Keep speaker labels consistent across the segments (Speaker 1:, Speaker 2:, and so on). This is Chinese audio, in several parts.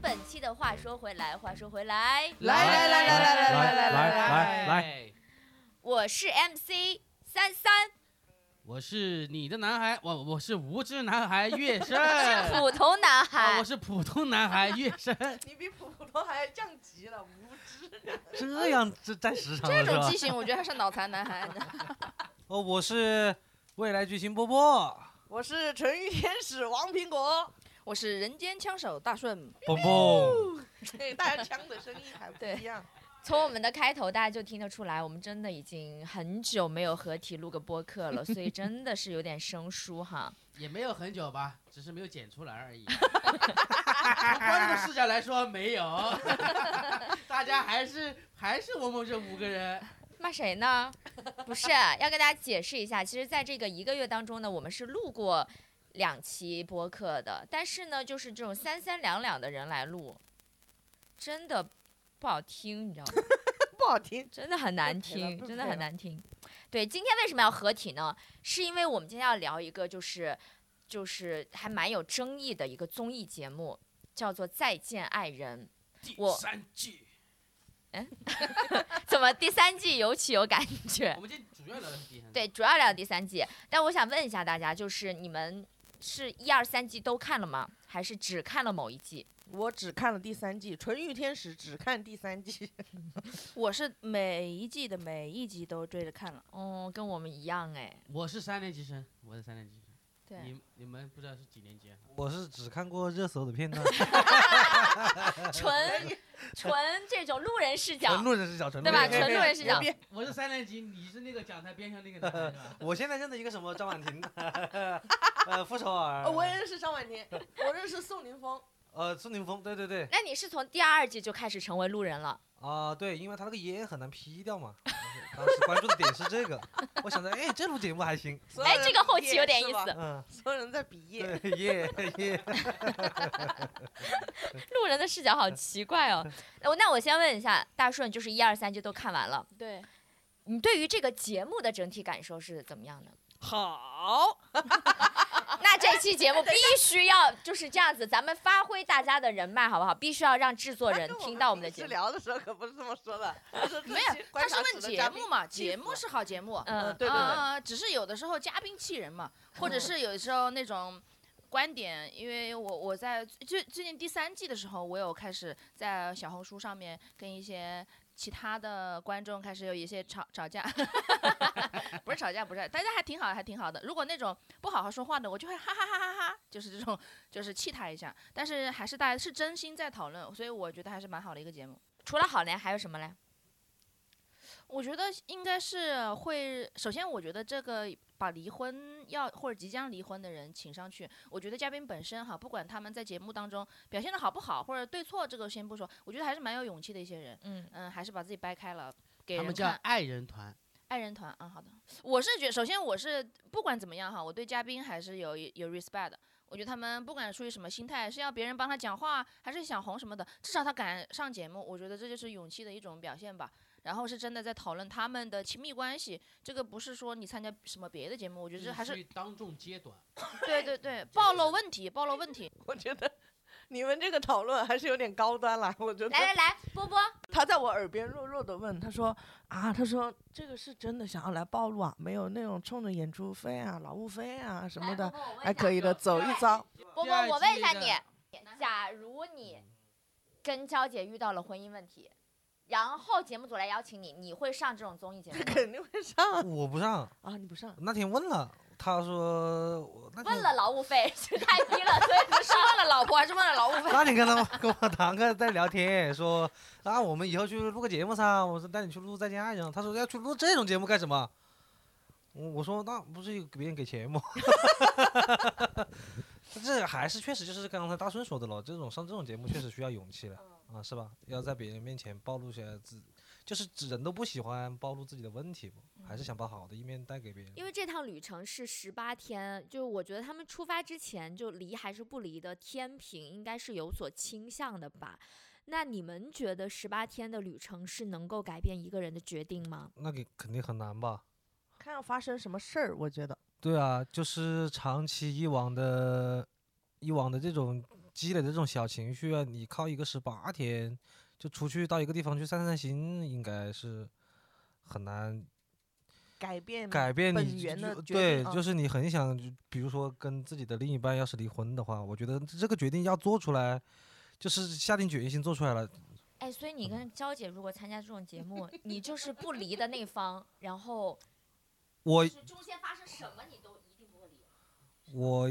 Speaker 1: 本期的话说回来，话说回来，
Speaker 2: 来来来来来来来
Speaker 3: 来来
Speaker 2: 来，
Speaker 1: 我是 MC 三三，
Speaker 3: 我是你的男孩，我我是无知男孩月神，
Speaker 1: 普通男
Speaker 3: 啊
Speaker 1: 孩
Speaker 3: 我。是普通男孩月神，
Speaker 4: 你比 普通还降级了，无知。
Speaker 2: 这样这占时长
Speaker 5: 这
Speaker 2: 了是
Speaker 5: 种
Speaker 2: 吧
Speaker 5: 记？性，我觉得还是脑残男孩呢。
Speaker 2: 哦，我是未来巨星波波，
Speaker 4: 我是纯欲天使王苹 果，
Speaker 5: 我是人间枪手大顺，
Speaker 2: 蹦蹦，
Speaker 4: 对，大家枪的声音还不一样。
Speaker 1: 从我们的开头，大家就听得出来，我们真的已经很久没有合体录个播客了，所以真的是有点生疏哈。
Speaker 3: 也没有很久吧，只是没有剪出来而 已。从观众视角来说，没有，大家还是还是我们这五个人，
Speaker 1: 骂谁 呢？不是，要跟大家解释一下，其实在这个一个月当中呢，我们是录过两期播客的，但是呢，就是这种三三两两的人来录，真的不好听，你知道吗？
Speaker 4: 不好听，
Speaker 1: 真的很难
Speaker 4: 不配了
Speaker 1: 听，
Speaker 4: 不
Speaker 1: 真的
Speaker 4: 配
Speaker 1: 很
Speaker 4: 了
Speaker 1: 难听。对，今天为什么要合体呢？是因为我们今天要聊一个就是就是还蛮有争议的一个综艺节目，叫做《再见爱人
Speaker 3: 第
Speaker 1: 我
Speaker 3: 三季，》。
Speaker 1: 怎么第三季尤其有感觉
Speaker 3: 我？们今天主要聊的是第三季。
Speaker 1: 对，主要聊第三季。但我想问一下大家，就是你们是一二三季都看了吗？还是只看了某一季？
Speaker 4: 我只看了第三季，《纯欲天使》只看第三季。
Speaker 5: 我是每一季的每一集都追着看了。
Speaker 1: 哦，跟我们一样哎。
Speaker 3: 我是三年级生，我是三年级生，你
Speaker 5: 对，
Speaker 3: 们你们不知道是几年级啊？
Speaker 2: 我是只看过热搜的片段，
Speaker 1: 纯纯这种路人视角
Speaker 2: 纯，路人视角，纯路
Speaker 1: 对吧？
Speaker 2: 人哎
Speaker 1: 纯
Speaker 2: 视角。？
Speaker 1: 路人视角
Speaker 4: 牛。逼
Speaker 3: 我是三年级，你是那个讲台边上那个男啊孩是吧
Speaker 2: 哎我现在认得一个什么张婉婷， 呃，傅首尔，
Speaker 4: 哦我也认识张婉婷，我认识宋宁峰。
Speaker 2: 呃，孙凌峰，对对对，
Speaker 1: 那你是从第二季就开始成为路人了？
Speaker 2: 啊，对，因为他那个也很难 P 掉嘛。 当时关注的点是这个，我想着，哎，这录节目还行，
Speaker 4: 所有
Speaker 1: 哎，
Speaker 4: 人
Speaker 1: 这个后
Speaker 4: 毕
Speaker 1: 期
Speaker 4: 业
Speaker 1: 有点
Speaker 4: 是
Speaker 1: 意
Speaker 4: 吧
Speaker 1: 思。
Speaker 2: 嗯，
Speaker 4: 所有人在毕业，
Speaker 2: 对，耶耶，
Speaker 1: 路人的视角好奇怪 哦。我那我先问一下，大顺就是一二三季都看完了，
Speaker 5: 对，
Speaker 1: 你对于这个节目的整体感受是怎么样的？
Speaker 4: 好，
Speaker 1: 那这期节目必须要就是这样子，咱们发挥大家的人脉，好不好？必须要让制作
Speaker 4: 哎
Speaker 1: 人听到我们的节
Speaker 4: 治
Speaker 1: 目。
Speaker 4: 疗的时候可不是这么说的，他说这
Speaker 5: 没有
Speaker 4: 期，观
Speaker 5: 他是
Speaker 4: 察
Speaker 5: 问
Speaker 4: 室的
Speaker 5: 节
Speaker 4: 嘉
Speaker 5: 目
Speaker 4: 宾
Speaker 5: 嘛，
Speaker 4: 气
Speaker 5: 节
Speaker 4: 死
Speaker 5: 目
Speaker 4: 了
Speaker 5: 是好节目，
Speaker 1: 嗯，
Speaker 4: 对对对
Speaker 5: 呃，只是有的时候嘉宾气人嘛，或者是有的时候那种观点，因为我我在最最近第三季的时候，我有开始在小红书上面跟一些其他的观众开始有一些吵吵架，不是吵架，不是，大家还挺好，还挺好的。如果那种不好好说话的，我就会哈哈哈哈哈哈，就是这种，就是气他一下。但是还是大家是真心在讨论，所以我觉得还是蛮好的一个节目。
Speaker 1: 除了好嘞，还有什么嘞？
Speaker 5: 我觉得应该是会，首先我觉得这个把离婚要或者即将离婚的人请上去，我觉得嘉宾本身哈，不管他们在节目当中表现的好不好或者对错，这个先不说，我觉得还是蛮有勇气的一些人，
Speaker 1: 嗯，
Speaker 5: 嗯，还是把自己掰开了。给
Speaker 3: 他
Speaker 5: 人
Speaker 3: 们叫
Speaker 5: 看
Speaker 3: 爱人团，
Speaker 5: 爱人团啊，好的，我是觉首先我是不管怎么样哈，我对嘉宾还是有一有 respect 的。我觉得他们不管出于什么心态，是要别人帮他讲话，还是想红什么的，至少他敢上节目，我觉得这就是勇气的一种表现吧。然后是真的在讨论他们的亲密关系，这个不是说你参加什么别的节目，我觉
Speaker 3: 就
Speaker 5: 得还
Speaker 3: 属
Speaker 5: 是
Speaker 3: 于当众揭短。嗯
Speaker 5: 对对对，暴露问题，暴露问题。
Speaker 4: 我觉得你们这个讨论还是有点高端了，我觉得
Speaker 1: 来。
Speaker 5: 哎
Speaker 1: 来来，波波，
Speaker 4: 他在我耳边弱弱的问，他说啊，他说这个是真的想要来暴露啊，没有那种冲着演出费啊、劳务费啊什么
Speaker 1: 来
Speaker 4: 的，
Speaker 5: 哎
Speaker 1: 波波我问一下
Speaker 4: 还可以的，走一遭。
Speaker 1: 波
Speaker 3: 第
Speaker 1: 波，
Speaker 3: 二
Speaker 1: 我问
Speaker 3: 季
Speaker 1: 一下
Speaker 3: 的
Speaker 1: 你，假如你跟娇姐遇到了婚姻问题，然后节目组来邀请你，你会上这种综艺节目吗？
Speaker 4: 肯定会 上啊
Speaker 2: 我不上，
Speaker 4: 啊！你不上，
Speaker 2: 那天问了，他说我那 天
Speaker 1: 问了劳务 费，是太低了，所以不是问了老婆，还是问了劳务费？
Speaker 2: 那天跟他们跟我堂哥在聊天，说啊，我们以后去录个节目噻。我说带你去录《再见爱人》，他说要去录这种节目干什么？我我说那不是给别人给钱吗？ 这还是确实就是刚才大顺说的了，这种上这种节目确实需要勇气了
Speaker 1: 嗯
Speaker 2: 啊，是吧？要在别人面前暴露些自，就是指人都不喜欢暴露自己的问题，还是想把好的一面带给别人。
Speaker 1: 嗯因为这趟旅程是十八天，就我觉得他们出发之前就离还是不离的天平应该是有所倾向的吧。那你们觉得十八天的旅程是能够改变一个人的决定吗？
Speaker 2: 那个肯定很难吧？
Speaker 4: 看要发生什么事儿，我觉得
Speaker 2: 对啊，就是长期以往的、以往的这种积累的这种小情绪啊，你靠一个十八天就出去到一个地方去散散心，应该是很难
Speaker 4: 改变
Speaker 2: 改变
Speaker 4: 本
Speaker 2: 你
Speaker 4: 源
Speaker 2: 就
Speaker 4: 的
Speaker 2: 就
Speaker 4: 决
Speaker 2: 对
Speaker 4: 定，
Speaker 2: 就
Speaker 4: 嗯
Speaker 2: 是你很想，就比如说跟自己的另一半要是离婚的话，我觉得这个决定要做出来，就是下定决心做出来了，
Speaker 1: 哎，所以你跟娇姐如果参加这种节目，你就是不离的那方，然后
Speaker 2: 我
Speaker 1: 是中间发生什么你都一定不会离。
Speaker 2: 我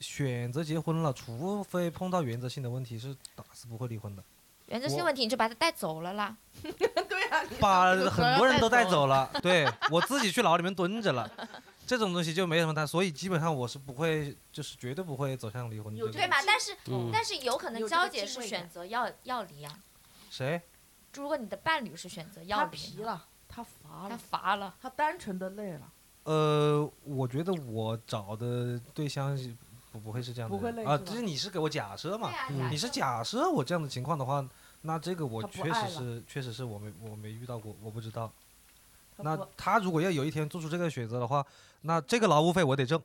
Speaker 2: 选择结婚了，除非碰到原则性的问题，是打死不会离婚的。
Speaker 1: 原则性
Speaker 2: 我
Speaker 1: 问题你就把她带走了啦。
Speaker 4: 对啊， 你
Speaker 2: 把
Speaker 4: 上次就说
Speaker 2: 很
Speaker 4: 要
Speaker 2: 多人都带
Speaker 4: 带
Speaker 2: 走了，对我自己去牢里面蹲着了，这种东西就没什么谈，所以基本上我是不会，就是绝对不会走向离婚这
Speaker 4: 有
Speaker 2: 个。
Speaker 1: 对嘛？但是、
Speaker 6: 嗯
Speaker 1: 但是有可能
Speaker 4: 有这
Speaker 1: 娇
Speaker 4: 个
Speaker 1: 姐
Speaker 4: 敬
Speaker 1: 是
Speaker 4: 畏
Speaker 1: 选
Speaker 4: 感
Speaker 1: 择要要离啊。
Speaker 2: 谁？
Speaker 1: 如果你的伴侣是选择要
Speaker 4: 他
Speaker 1: 离
Speaker 4: 皮
Speaker 1: 呢，
Speaker 4: 了，他乏
Speaker 1: 他
Speaker 4: 了，
Speaker 1: 乏了。
Speaker 4: 他单纯的累了，
Speaker 2: 呃，我觉得我找的对象是不不会是这样的
Speaker 4: 不会
Speaker 2: 人
Speaker 4: 类
Speaker 2: 啊，
Speaker 4: 似吧
Speaker 2: 就是你是给我假设嘛，
Speaker 1: 啊
Speaker 6: 嗯
Speaker 1: 假
Speaker 2: 你是
Speaker 1: 设
Speaker 2: 假设我这样的情况的话，那这个我
Speaker 4: 他不
Speaker 2: 确
Speaker 4: 爱
Speaker 2: 实
Speaker 4: 了
Speaker 2: 是确实是我没我没遇到过，我不知道。
Speaker 4: 他
Speaker 2: 那
Speaker 4: 不
Speaker 2: 他如果要有一天做出这个选择的话，那这个劳务费我得挣，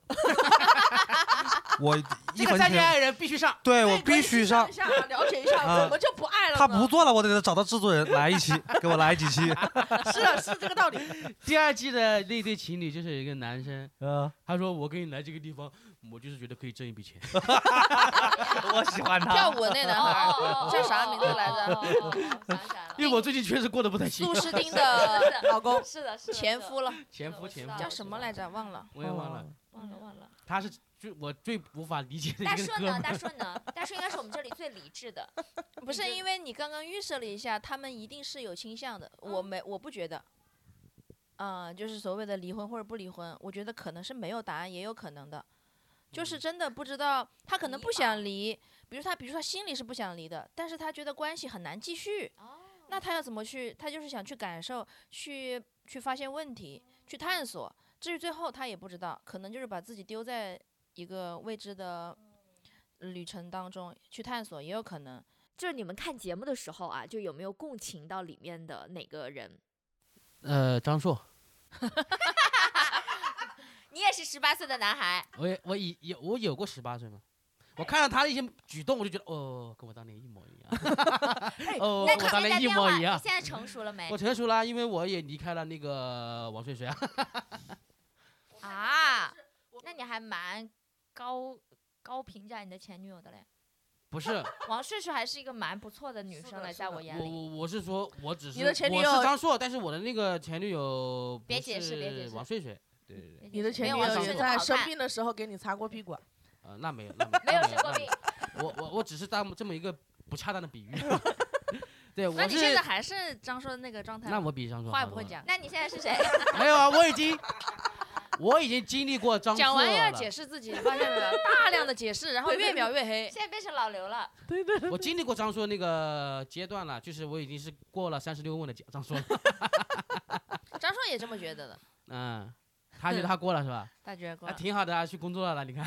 Speaker 2: 我一
Speaker 3: 这个
Speaker 2: 分
Speaker 3: 参加
Speaker 2: 钱，
Speaker 3: 爱人必须 上，
Speaker 2: 对
Speaker 4: 对
Speaker 2: 我必须上
Speaker 4: 一。下了解一下，
Speaker 2: 啊
Speaker 4: 怎么就不爱了呢？
Speaker 2: 他不做了，我得找到制作人来 一期，给我来几期。
Speaker 4: 是啊，是这个道理。
Speaker 3: 第二季的那对情侣就是有一个男生，
Speaker 2: 嗯，
Speaker 3: 他说我跟你来这个地方，我就是觉得可以挣一笔 钱。
Speaker 2: 我喜欢
Speaker 5: 跳。舞那男孩儿，叫啥名字来着
Speaker 1: 着？哦哦想起来了，
Speaker 3: 因为我最近确实过得不太行
Speaker 5: 苏。诗丁的
Speaker 1: 是的
Speaker 4: 老公
Speaker 1: 是的，是的，
Speaker 5: 前
Speaker 1: 是的
Speaker 5: 夫了，
Speaker 3: 前
Speaker 1: 我
Speaker 3: 夫
Speaker 1: 知
Speaker 3: 前
Speaker 1: 道
Speaker 3: 夫
Speaker 5: 叫什么来着？忘了。
Speaker 3: 我也
Speaker 4: 嗯
Speaker 3: 忘
Speaker 4: 哦
Speaker 3: 了。
Speaker 1: 忘了忘了。
Speaker 3: 他是最我最无法理解的
Speaker 1: 大
Speaker 3: 一个
Speaker 1: 顺
Speaker 3: 哥
Speaker 1: 呢？
Speaker 3: 们
Speaker 1: 大
Speaker 3: 儿。
Speaker 1: 顺呢？大顺应该是我们这里最理智的。
Speaker 5: 不是
Speaker 1: 你就
Speaker 5: 因为你刚刚预设了一下，他们一定是有倾向的，我
Speaker 1: 嗯
Speaker 5: 没我不觉得，啊、就是所谓的离婚或者不离婚，我觉得可能是没有答案，也有可能的，就是真的不知道，他可能
Speaker 1: 迷
Speaker 5: 不
Speaker 1: 茫
Speaker 5: 想离，比如他比如说他心里是不想离的，但是他觉得关系很难继续，
Speaker 1: 哦，
Speaker 5: 那他要怎么去？他就是想去感受，去去发现问题，去探索。至于最后，他也不知道，可能就是把自己丢在一个未知的旅程当中去探索，也有可能。
Speaker 1: 就是你们看节目的时候啊，就有没有共情到里面的哪个人？
Speaker 3: 呃，张硕，
Speaker 1: 你也是十八岁的男孩，
Speaker 3: 我也我以有我有过十八岁吗？我看到他的一些举动，我就觉得哦，跟我当年一模一样。哦，
Speaker 1: 那
Speaker 3: 跟
Speaker 1: 你
Speaker 3: 我当
Speaker 1: 现在
Speaker 3: 年一
Speaker 1: 变
Speaker 3: 模
Speaker 1: 化，
Speaker 3: 一
Speaker 1: 你
Speaker 3: 样
Speaker 1: 现。在成熟了没
Speaker 3: 我？成熟了，因为我也离开了那个王睡睡啊。
Speaker 1: 啊，那你还蛮高高评价你的前女友的嘞。
Speaker 3: 不是，
Speaker 1: 王睡睡还是一个蛮不错的女
Speaker 4: 是
Speaker 1: 生
Speaker 4: 的
Speaker 1: 了，
Speaker 4: 是
Speaker 1: 在
Speaker 4: 的
Speaker 1: 我眼
Speaker 3: 我
Speaker 1: 里。
Speaker 3: 我我是说，我只是
Speaker 4: 你的前女
Speaker 3: 我是
Speaker 4: 友
Speaker 3: 张硕，但是我的那个前女友
Speaker 1: 别
Speaker 3: 不
Speaker 1: 解释别解
Speaker 3: 是
Speaker 1: 释
Speaker 3: 王睡睡。对对对，
Speaker 1: 没
Speaker 4: 你的
Speaker 1: 解释
Speaker 4: 前
Speaker 1: 没
Speaker 4: 女
Speaker 1: 有
Speaker 3: 往
Speaker 1: 王
Speaker 4: 友
Speaker 3: 上
Speaker 1: 睡
Speaker 4: 也
Speaker 1: 睡
Speaker 3: 走
Speaker 1: 好
Speaker 4: 在生
Speaker 1: 看
Speaker 4: 病的时候给你擦过屁股，
Speaker 3: 呃，那没有，那
Speaker 1: 没有
Speaker 3: 那
Speaker 1: 治
Speaker 3: 有
Speaker 1: 过
Speaker 3: 那
Speaker 1: 病。
Speaker 3: 我我我只是当这么一个不恰当的比喻。对，
Speaker 5: 那
Speaker 3: 我
Speaker 5: 你现在
Speaker 3: 是
Speaker 5: 还是张硕的那个状态吗？
Speaker 3: 那我比张硕
Speaker 5: 话
Speaker 3: 好
Speaker 5: 也不
Speaker 3: 多
Speaker 5: 会
Speaker 3: 了。
Speaker 5: 讲。
Speaker 1: 那你现在是 谁？
Speaker 3: 没有啊，我已经我已经经历过张硕
Speaker 5: 讲完要
Speaker 3: 了
Speaker 5: 解释自己，发现没 有？大量的解释，然后越描越 黑。
Speaker 1: 现在变成老刘了。
Speaker 4: 对对对
Speaker 3: 我经历过张硕那 个阶段了，就是我已经是过了三十六问的张张硕了。
Speaker 5: 张硕也这么觉得的，
Speaker 3: 嗯，他觉得他过了是 吧？
Speaker 5: 大觉过
Speaker 3: 啊，
Speaker 5: 来。
Speaker 3: 挺好的啊，去工作了，你看。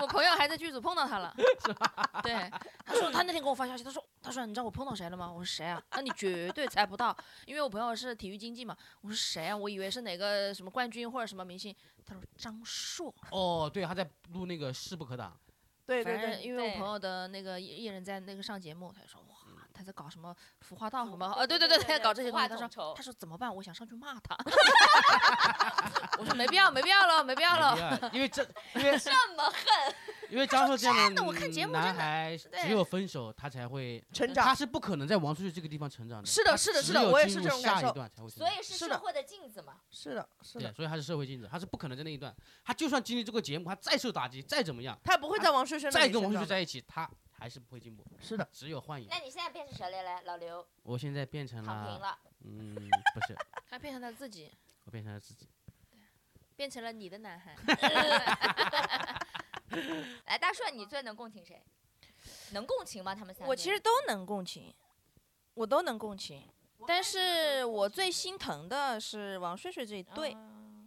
Speaker 5: 我朋友还在剧组碰到他 了，对，他说他那天给我发消息，他说他说你知道我碰到谁了吗？我说谁啊？那你绝对猜不到，因为我朋友是体育经济嘛。我说谁啊？我以为是哪个什么冠军或者什么明星。他说张硕，
Speaker 3: 哦，对，他在录那个《势不可 挡
Speaker 4: 对对
Speaker 5: 反正
Speaker 4: 对，
Speaker 5: 因为我
Speaker 1: 对
Speaker 5: 朋友的那个艺艺人在那个上节目，他就说哇
Speaker 3: 嗯
Speaker 5: 他在搞什么服化道什
Speaker 1: 服
Speaker 5: 么？
Speaker 1: 对
Speaker 5: 呃，对
Speaker 1: 对
Speaker 5: 对，
Speaker 1: 对
Speaker 5: 他在
Speaker 1: 对
Speaker 5: 搞这些
Speaker 1: 服
Speaker 5: 东
Speaker 1: 化
Speaker 5: 西。他说
Speaker 1: 统筹
Speaker 5: 他说怎么办？我想上去骂他。 我说没必要，没必要了，没必要》了。
Speaker 3: 没必要，因为 这因为
Speaker 1: 这么
Speaker 3: 因为张硕这样嗯
Speaker 5: 我看节目真的
Speaker 3: 男孩，
Speaker 5: 对
Speaker 3: 只有分手他才会，
Speaker 4: 成
Speaker 3: 他
Speaker 4: 长
Speaker 3: 是不可能在王叔叔这个地方成长的。
Speaker 4: 是的
Speaker 3: 他
Speaker 4: 是的
Speaker 3: 只
Speaker 4: 是的
Speaker 3: 有
Speaker 4: 我也
Speaker 3: 进
Speaker 4: 是
Speaker 3: 入
Speaker 4: 这种感
Speaker 3: 下一
Speaker 4: 受
Speaker 3: 段才会成
Speaker 1: 所
Speaker 3: 长。
Speaker 1: 以是
Speaker 4: 是
Speaker 1: 社
Speaker 4: 的
Speaker 1: 会的镜子嘛。
Speaker 4: 是的，是
Speaker 3: 对，
Speaker 4: 的，
Speaker 3: 所以他是社会镜子，他是不可能在那一段，他就算经历这个节目，他再受打击，再怎么样，
Speaker 4: 他不会在王睡睡那
Speaker 3: 再
Speaker 4: 里
Speaker 3: 跟王叔叔
Speaker 4: 成长的
Speaker 3: 在一起，他还是不会进步，
Speaker 4: 是的，
Speaker 3: 只有幻影
Speaker 1: 那。你现在变成谁了嘞？老刘
Speaker 3: 我现在变成
Speaker 1: 躺平
Speaker 3: 了，
Speaker 1: 了，
Speaker 3: 嗯，不是，
Speaker 5: 他变成他自己，
Speaker 3: 我变成了 自己。
Speaker 5: 变成了你的男孩。
Speaker 1: 来哎大顺，你最能共情谁？能共情吗？他们三个
Speaker 5: 我其实都能共情，我都能共情，但是我最心疼的是王睡睡这一对，
Speaker 1: 啊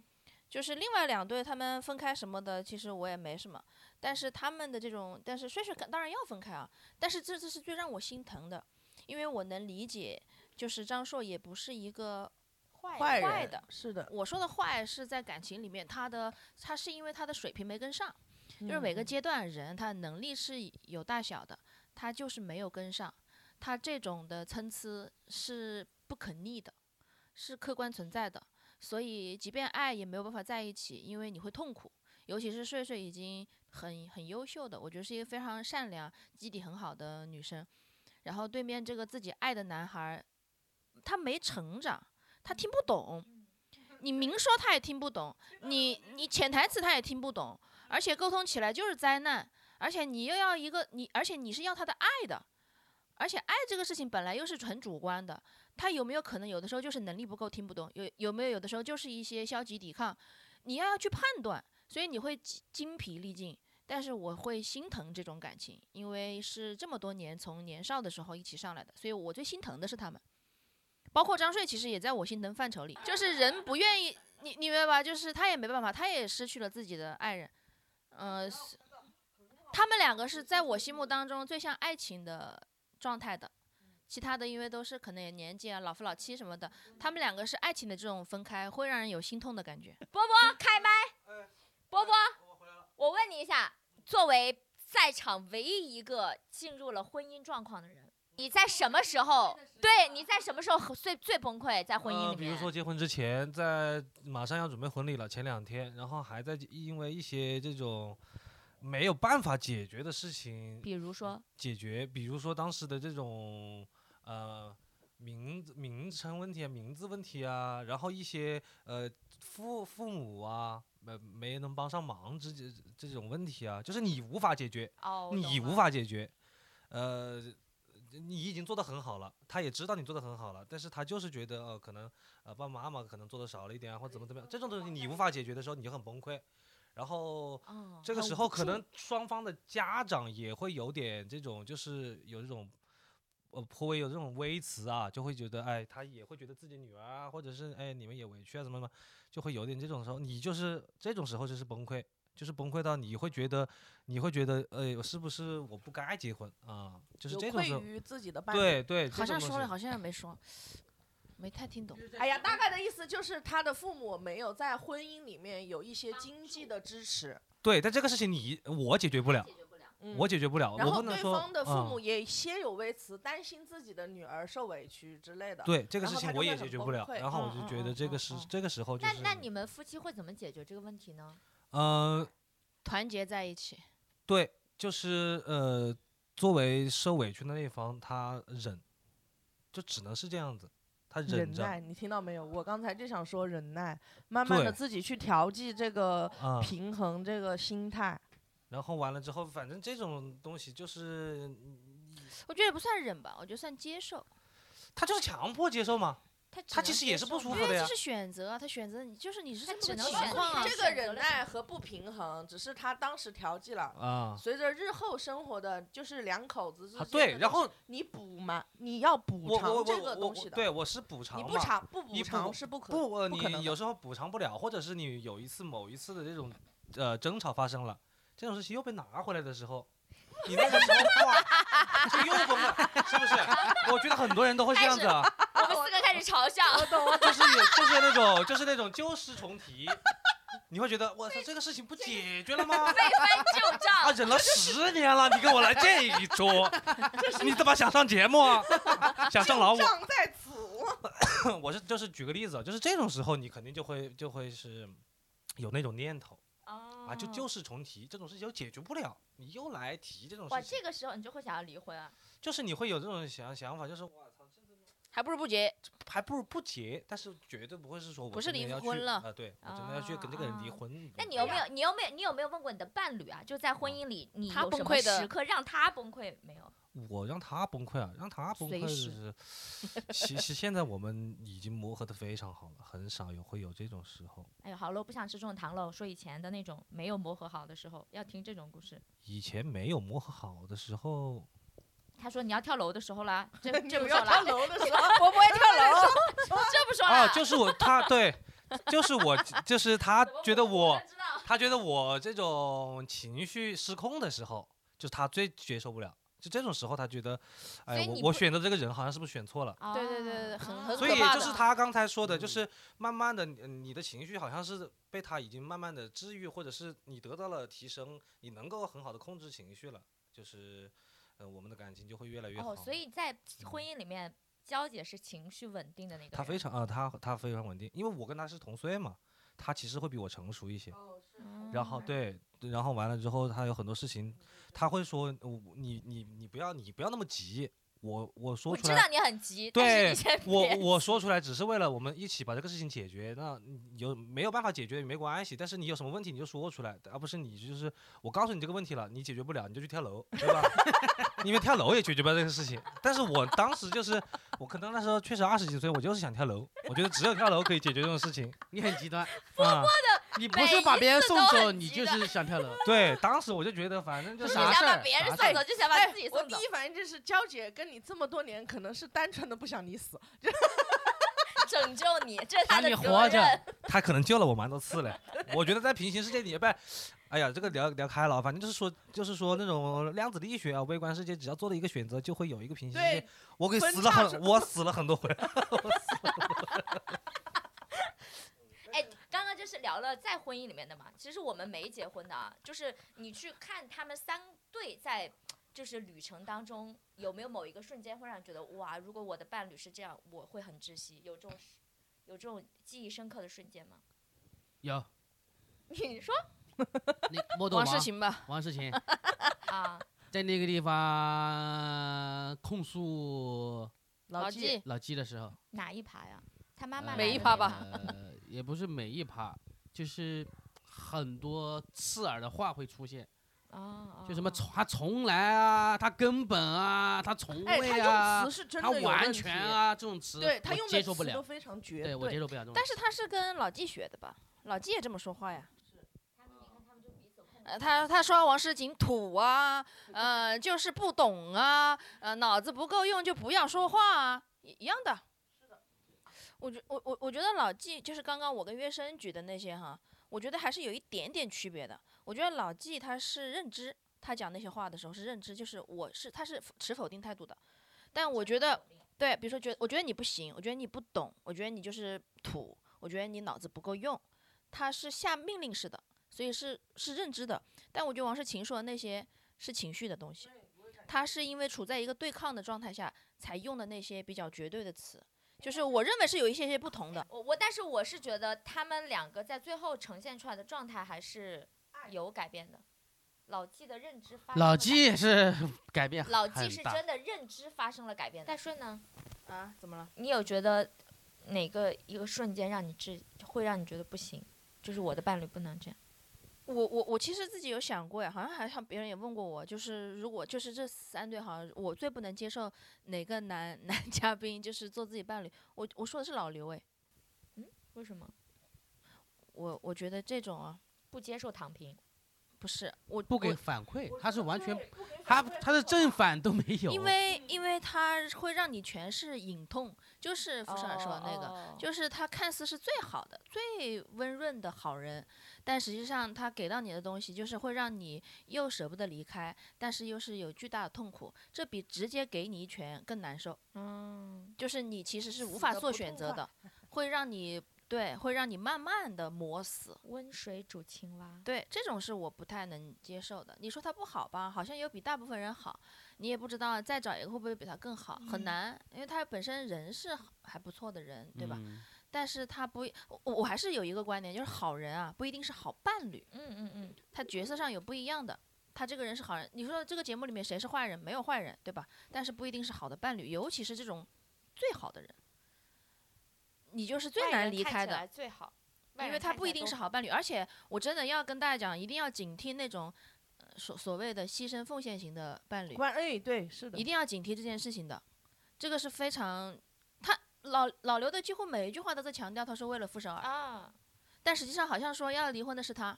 Speaker 5: 就是另外两对他们分开什么的，其实我也没什么，但是他们的这种，但是睡睡肯当然要分开啊，但是这这是最让我心疼的，因为我能理解，就是张硕也不是一个坏
Speaker 4: 坏
Speaker 5: 坏
Speaker 4: 人
Speaker 5: 的，
Speaker 4: 是的，
Speaker 5: 我说的坏是在感情里面，他的他是因为他的水平没跟上，就是
Speaker 4: 嗯
Speaker 5: 每个阶段人他能力是有大小的，他就是没有跟上，他这种的参差是不可逆的，是客观存在的。所以，即便爱也没有办法在一起，因为你会痛苦。尤其是睡睡已经很很优秀的，我觉得是一个非常善良、基底很好的女生。然后对面这个自己爱的男孩儿，他没成长，他听不懂，你明说他也嗯听不懂，嗯你你潜台词他也听不懂，而且沟通起来就是灾难。而且你又要一个你，而且你是要他的爱的，而且爱这个事情本来又是很主观的，他有没有可能有的时候就是能力不够听不懂，有有没有有的时候就是一些消极抵抗，你要要去判断，所以你会精精疲力尽。但是我会心疼这种感情，因为是这么多年从年少的时候一起上来的，所以我最心疼的是他们，包括张帅，其实也在我心疼范畴里。就是人不愿意，你你明白吧？就是他也没办法，他也失去了自己的爱人，嗯、是他们两个是在我心目当中最像爱情的状态的，其他的因为都是可能也年纪啊、老夫老妻什么的，他们两个是爱情的这种分开，会让人有心痛的感觉。
Speaker 1: 波波开麦，波
Speaker 2: 哎
Speaker 1: 波，我问你一下，作为在场唯一一个进入了婚姻状况的
Speaker 2: 嗯
Speaker 1: 人，你在什么时候？对，你在什么时候最最崩溃？在婚姻
Speaker 2: 呃，
Speaker 1: 里
Speaker 2: 比如
Speaker 1: 面，
Speaker 2: 说结婚之前，在马上要准备婚礼了，前两天，然后还在因为一些这种没有办法解决的事情
Speaker 1: 比如说，
Speaker 2: 解决，比如说当时的这种呃名字名称问题啊、名字问题啊，然后一些呃父父母啊，没没能帮上忙这这这种问题啊，就是你无法解决，
Speaker 1: 哦，我
Speaker 2: 你
Speaker 1: 懂
Speaker 2: 无
Speaker 1: 了
Speaker 2: 法解决，呃，你已经做得很好了，他也知道你做得很好了，但是他就是觉得呃，可能呃爸爸妈妈可能做的少了一点啊，或怎么怎么样，这种东西你无法解决的时候，你就很崩溃，然后
Speaker 1: 哦
Speaker 2: 这个
Speaker 1: 很
Speaker 2: 时
Speaker 1: 无
Speaker 2: 候可
Speaker 1: 助
Speaker 2: 能双方的家长也会有点这种，就是有这种。呃，颇为有这种微词啊，就会觉得，哎，他也会觉得自己女儿啊，或者是哎，你们也委屈啊，什么什么，就会有点这种时候，你就是这种时候就是崩溃，就是崩溃到你会觉得，你会觉得，呃，是不是我不该结婚啊？就是
Speaker 4: 有
Speaker 2: 这种时
Speaker 4: 愧
Speaker 2: 候，
Speaker 4: 于自己的伴侣。
Speaker 2: 对对，这
Speaker 5: 好像
Speaker 2: 种东
Speaker 5: 说了，
Speaker 2: 西
Speaker 5: 好像也没说，没太听懂。
Speaker 4: 哎呀，大概的意思就是他的父母没有在婚姻里面有一些经济的支持，
Speaker 2: 对，但这个事情你我解决不了，
Speaker 4: 嗯
Speaker 2: 我解决不了，
Speaker 4: 然
Speaker 2: 我
Speaker 4: 后
Speaker 2: 不能
Speaker 4: 对
Speaker 2: 说
Speaker 4: 方的父
Speaker 2: 嗯
Speaker 4: 母也些有微词，担心自己的女儿受委屈之类的。，
Speaker 2: 对这个
Speaker 4: 然
Speaker 2: 事
Speaker 4: 后
Speaker 2: 情
Speaker 4: 他就
Speaker 2: 我
Speaker 4: 会
Speaker 2: 也
Speaker 4: 很
Speaker 2: 解决不
Speaker 4: 崩
Speaker 2: 了，
Speaker 4: 溃
Speaker 2: 然后我
Speaker 4: 嗯
Speaker 2: 就
Speaker 4: 嗯
Speaker 2: 觉得
Speaker 4: 嗯
Speaker 2: 这个
Speaker 4: 嗯
Speaker 2: 是
Speaker 4: 嗯
Speaker 2: 这个时候就
Speaker 1: 那
Speaker 2: 是，
Speaker 1: 那你们夫妻会怎么解决这个问题呢？
Speaker 2: 呃，
Speaker 5: 团结在一起，
Speaker 2: 对，就是呃，作为受委屈的那一方，他忍，就只能是这样子，他忍
Speaker 4: 忍
Speaker 2: 着
Speaker 4: 耐，你听到没有？我刚才就想说忍耐，慢慢的
Speaker 2: 对
Speaker 4: 自己去调剂这个
Speaker 2: 啊。
Speaker 4: 平衡这个心态。
Speaker 2: 然后完了之后，反正这种东西就是嗯
Speaker 5: 我觉得也不算忍吧，我觉得算接受。
Speaker 2: 他就是强迫接受嘛，
Speaker 1: 他只
Speaker 2: 他
Speaker 1: 能
Speaker 2: 其实
Speaker 1: 接
Speaker 2: 也是不
Speaker 1: 受
Speaker 2: 舒
Speaker 1: 吗
Speaker 2: 服
Speaker 5: 因
Speaker 2: 的
Speaker 5: 为
Speaker 2: 呀
Speaker 5: 这。是选择啊，他选择你就是你是
Speaker 1: 他
Speaker 5: 这么
Speaker 1: 只
Speaker 5: 个
Speaker 1: 能
Speaker 5: 情
Speaker 1: 选
Speaker 5: 况啊
Speaker 1: 择。
Speaker 4: 这个
Speaker 1: 选择
Speaker 4: 忍
Speaker 1: 了什
Speaker 4: 耐
Speaker 1: 么
Speaker 4: 和不平衡，只是他当时调剂了。
Speaker 2: 啊，
Speaker 5: 哦
Speaker 4: 随着日后生活的，就是两口子之间
Speaker 2: 啊
Speaker 4: 的东西，
Speaker 2: 对，然后
Speaker 4: 你补嘛，你要补
Speaker 2: 我我
Speaker 4: 偿
Speaker 2: 我
Speaker 4: 这个
Speaker 2: 我
Speaker 4: 东西的，
Speaker 2: 我对我是补偿
Speaker 4: 你
Speaker 2: 嘛，
Speaker 4: 不偿不
Speaker 2: 你
Speaker 4: 补
Speaker 2: 不
Speaker 4: 偿是不可
Speaker 2: 不，呃
Speaker 4: 不可能
Speaker 2: 你有
Speaker 4: 的
Speaker 2: 时候补偿不了，或者是你有一次某一次的这种呃争吵发生了，这种事情又被拿回来的时候，你那个时候哇，就又崩了，是不是？我觉得很多人都会这样子啊，
Speaker 1: 我们四个开始嘲笑，
Speaker 2: 就是 就是那种就是那种旧事重提，你会觉得我操这个事情不解决了吗？
Speaker 1: 被翻旧
Speaker 2: 啊，
Speaker 1: 账。
Speaker 2: 忍了十年了，你给我来这一桌，你怎么想上节目啊？想上老五？
Speaker 4: 账在此。
Speaker 2: 我是就是举个例子啊，就是这种时候你肯定就会就会是有那种念头
Speaker 1: 啊
Speaker 2: 啊，
Speaker 5: 嗯
Speaker 2: 就旧事重提，这种事情又解决不了，你又来提这种
Speaker 1: 哇，
Speaker 2: 事情嗯
Speaker 1: 这，个时候你就会想要离婚啊？
Speaker 2: 就是你会有这种想想法，就是我操，这个
Speaker 5: 还不如不结。
Speaker 2: 还不如不结，但是绝对不会是说我
Speaker 5: 不是
Speaker 2: 真的
Speaker 5: 离
Speaker 2: 要去
Speaker 5: 婚了
Speaker 2: 啊，对我真的要去跟这个人离
Speaker 1: 啊
Speaker 2: 婚。
Speaker 1: 那你有
Speaker 2: 哎
Speaker 1: 没有？你有没有？你有没有问过你的伴侣啊？就在婚姻里，你
Speaker 5: 他
Speaker 1: 有
Speaker 5: 崩
Speaker 1: 什么
Speaker 5: 溃的
Speaker 1: 时刻让他崩溃没有？
Speaker 2: 我让他崩溃啊，让他崩
Speaker 5: 随
Speaker 2: 溃就
Speaker 5: 时
Speaker 2: 是，其实现在我们已经磨合的非常好了，很少有会有这种时候。
Speaker 1: 哎呦，好了，我不想吃这种糖了。我说以前的那种没有磨合好的时候，要听这种故事。
Speaker 2: 以前没有磨合好的时候，
Speaker 1: 他说你要跳楼的时候啦， 这
Speaker 4: 你
Speaker 1: 这不
Speaker 4: 不
Speaker 1: 说
Speaker 4: 要跳
Speaker 1: 了，
Speaker 4: 楼的时候， 我不会跳楼。
Speaker 1: 这不说
Speaker 2: 啊，
Speaker 1: 了。
Speaker 2: 就是我他对，就是我就是他觉得我，
Speaker 1: 知道
Speaker 2: 他觉得我这种情绪失控的时候，就是他最接受不了，就这种时候，他觉得，
Speaker 1: 所
Speaker 2: 哎呀，
Speaker 1: 以
Speaker 2: 我
Speaker 1: 你
Speaker 2: 我
Speaker 1: 不
Speaker 2: 选的这个人好像是不是选错了？
Speaker 1: 啊
Speaker 5: 对对对对很很
Speaker 2: 所
Speaker 5: 可
Speaker 2: 以
Speaker 5: 怕
Speaker 2: 就是
Speaker 5: 的
Speaker 2: 他刚才说的，就
Speaker 3: 嗯
Speaker 2: 是慢慢的，嗯你的情绪好像是被他已经慢慢的治愈，或者是你得到了提升，你能够很好的控制情绪了，就是，呃，我们的感情就会越来越好。
Speaker 1: 哦，所以在婚姻里面，娇姐是情绪稳定的那个
Speaker 2: 他
Speaker 1: 人。
Speaker 2: 非常啊，他他非常稳定，因为我跟他是同岁嘛，他其实会比我成熟一些。然后
Speaker 1: 嗯
Speaker 2: 对，然后完了之后，他有很多事情，他会说，我你你你不要你不要那么急，我我说
Speaker 1: 我
Speaker 2: 出
Speaker 1: 知道
Speaker 2: 来，
Speaker 1: 你很急，但是
Speaker 2: 对
Speaker 1: 你先
Speaker 2: 我
Speaker 1: 别
Speaker 2: 我说出来只是为了我们一起把这个事情解决。那你有没有办法解决也没关系，但是你有什么问题你就说出来，而不是你就是我告诉你这个问题了，你解决不了你就去跳楼，对吧？ 因为跳楼也解决不了这个事情。但是我当时就是，我可能那时候确实二十几岁，我就是想跳楼，我觉得只有跳楼可以解决这种事 情
Speaker 3: 你很极端，
Speaker 2: 啊。
Speaker 3: 你不是把别人送
Speaker 1: 每一次都
Speaker 3: 走，
Speaker 1: 很
Speaker 3: 你
Speaker 1: 极
Speaker 3: 就
Speaker 1: 端
Speaker 3: 是想跳楼。
Speaker 2: 对，当时我就觉得反正就
Speaker 1: 不是
Speaker 3: 这
Speaker 2: 是
Speaker 3: 啥
Speaker 1: 想
Speaker 3: 事
Speaker 1: 把
Speaker 3: 儿
Speaker 1: 别人
Speaker 3: 啥事
Speaker 1: 送
Speaker 3: 儿
Speaker 1: 走，就想把自己
Speaker 4: 哎我
Speaker 1: 送
Speaker 4: 第
Speaker 1: 走。
Speaker 4: 一反应就是娇姐跟你这么多年，可能是单纯的不想你死，
Speaker 1: 拯救你，这 是他
Speaker 3: 让
Speaker 1: 的
Speaker 3: 你
Speaker 1: 责
Speaker 3: 活着
Speaker 1: 任。
Speaker 2: 他可能救了我蛮多次嘞。我觉得在平行世界里，不，哎呀，这个聊聊开了，反正就是说，就是说那种量子力学啊，微观世界，只要做了一个选择，就会有一个平行世界
Speaker 4: 对。
Speaker 2: 我给
Speaker 4: 分
Speaker 2: 死了
Speaker 4: 叉
Speaker 2: 很，我死了很多回。
Speaker 1: 哎，刚刚就是聊了在婚姻里面的嘛，其实我们没结婚的啊，就是你去看他们三对在就是旅程当中有没有某一个瞬间会让你觉得哇，如果我的伴侣是这样，我会很窒息，有这种有这种记忆深刻的瞬 间吗？
Speaker 3: 有，
Speaker 1: 你说
Speaker 3: 你我懂
Speaker 5: 王
Speaker 3: 王
Speaker 5: 世勤吧，
Speaker 3: 王世勤
Speaker 1: 啊，
Speaker 3: 在那个地方控诉
Speaker 5: 老纪，哎
Speaker 3: 老纪的时候，
Speaker 1: 哪一趴呀？他妈妈
Speaker 3: 呃
Speaker 5: 每一趴
Speaker 1: 趴
Speaker 5: 吧
Speaker 3: 呃，也不是每一趴，就是很多刺耳的话会出现，
Speaker 1: 啊，
Speaker 3: 就什么
Speaker 1: 啊
Speaker 3: 从他从来啊，他根本啊，他从
Speaker 4: 哎，
Speaker 3: 未
Speaker 4: 他
Speaker 3: 啊
Speaker 4: 用词，是真
Speaker 3: 他
Speaker 4: 的有
Speaker 3: 完
Speaker 4: 问题
Speaker 3: 全，啊这种词，
Speaker 4: 对他
Speaker 3: 我
Speaker 4: 用
Speaker 3: 接
Speaker 4: 的
Speaker 3: 受不
Speaker 4: 词都
Speaker 3: 了，
Speaker 4: 非常绝
Speaker 3: 对我接受不了这种词。
Speaker 5: 但是他是跟老纪学的吧？老纪也这么说话呀。呃，他他说王诗琴土啊，呃，就是不懂啊，呃，脑子不够用就不要说话啊，一一样的。我觉我我我觉得老纪就是刚刚我跟约生举的那些哈，我觉得还是有一点点区别的。我觉得老纪他是认知，他讲那些话的时候是认知，就是我是他是持否定态度的，但我觉得对，比如说觉得我觉得你不行，我觉得你不懂，我觉得你就是土，我觉得你脑子不够用，他是下命令式的，所以是是认知的。但我觉得王世勤说的那些是情绪的东西，他是因为处在一个对抗的状态下才用的那些比较绝对的词，就是我认为是有一些些不同的。
Speaker 1: 我我，但是我是觉得他们两个在最后呈现出来的状态还是有改变的。老纪的认知发生了
Speaker 3: 老
Speaker 1: 改
Speaker 3: 纪也是 改变很大，
Speaker 1: 老纪是真的认知发生了改变。戴顺呢？
Speaker 5: 啊，怎么了？
Speaker 1: 你有觉得哪个一个瞬间让你知会让你觉得不行？就是我的伴侣不能这样。
Speaker 5: 我我我其实自己有想过呀，好像还像别人也问过我，就是如果就是这三对，好像我最不能接受哪个男 男嘉宾就是做自己伴侣，我我说的是老刘哎，
Speaker 1: 为什么
Speaker 5: 我我觉得这种啊
Speaker 1: 不接受躺平？
Speaker 5: 不是我
Speaker 3: 不给
Speaker 5: 我
Speaker 3: 反馈，他是完全他他的正反都没有，
Speaker 5: 因为因为他会让你全是隐痛，就是
Speaker 4: 哦
Speaker 5: 傅首尔
Speaker 1: 哦
Speaker 5: 说的那个，
Speaker 1: 个
Speaker 5: 就是他看似是最好的、最温润的好人，但实际上他给到你的东西，就是会让你又舍不得离开，但是又是有巨大的痛苦，这比直接给你一拳更难受。
Speaker 1: 嗯，
Speaker 5: 就是你其实是无
Speaker 4: 死
Speaker 5: 法
Speaker 4: 得
Speaker 5: 做
Speaker 4: 不
Speaker 5: 选
Speaker 4: 痛
Speaker 5: 择
Speaker 4: 快
Speaker 5: 的，会让你对，会让你慢慢的磨死。
Speaker 1: 温水煮青蛙。
Speaker 5: 对，这种是我不太能接受的。你说他不好吧，好像又比大部分人好，你也不知道再找一个会不会比他更好，很
Speaker 1: 嗯
Speaker 5: 难，因为他本身人是好还不错的人，对吧？
Speaker 3: 嗯
Speaker 5: 但是他不，我我还是有一个观点，就是好人啊不一定是好伴侣，
Speaker 1: 嗯嗯嗯，
Speaker 5: 他角色上有不一样的。他这个人是好人，你说这个节目里面谁是坏人？没有坏人，对吧？但是不一定是好的伴侣，尤其是这种最好的人，你就是最
Speaker 1: 外
Speaker 5: 难
Speaker 1: 人
Speaker 5: 离
Speaker 1: 看
Speaker 5: 开
Speaker 1: 起
Speaker 5: 的。
Speaker 1: 来最好，外
Speaker 5: 因为
Speaker 1: 人
Speaker 5: 他
Speaker 1: 看
Speaker 5: 不
Speaker 1: 起来
Speaker 5: 一定
Speaker 1: 都
Speaker 5: 是
Speaker 1: 好
Speaker 5: 好伴侣，而且我真的要跟大家讲，一定要警惕那种呃所所谓的牺牲奉献型的伴侣，
Speaker 4: 关哎，对，是的
Speaker 5: 一，定要警惕这件事情的。这个是非常，他老老刘的几乎每一句话都在强调，他是为了傅首尔，
Speaker 1: 啊。
Speaker 5: 但实际上好像说要离婚的是他，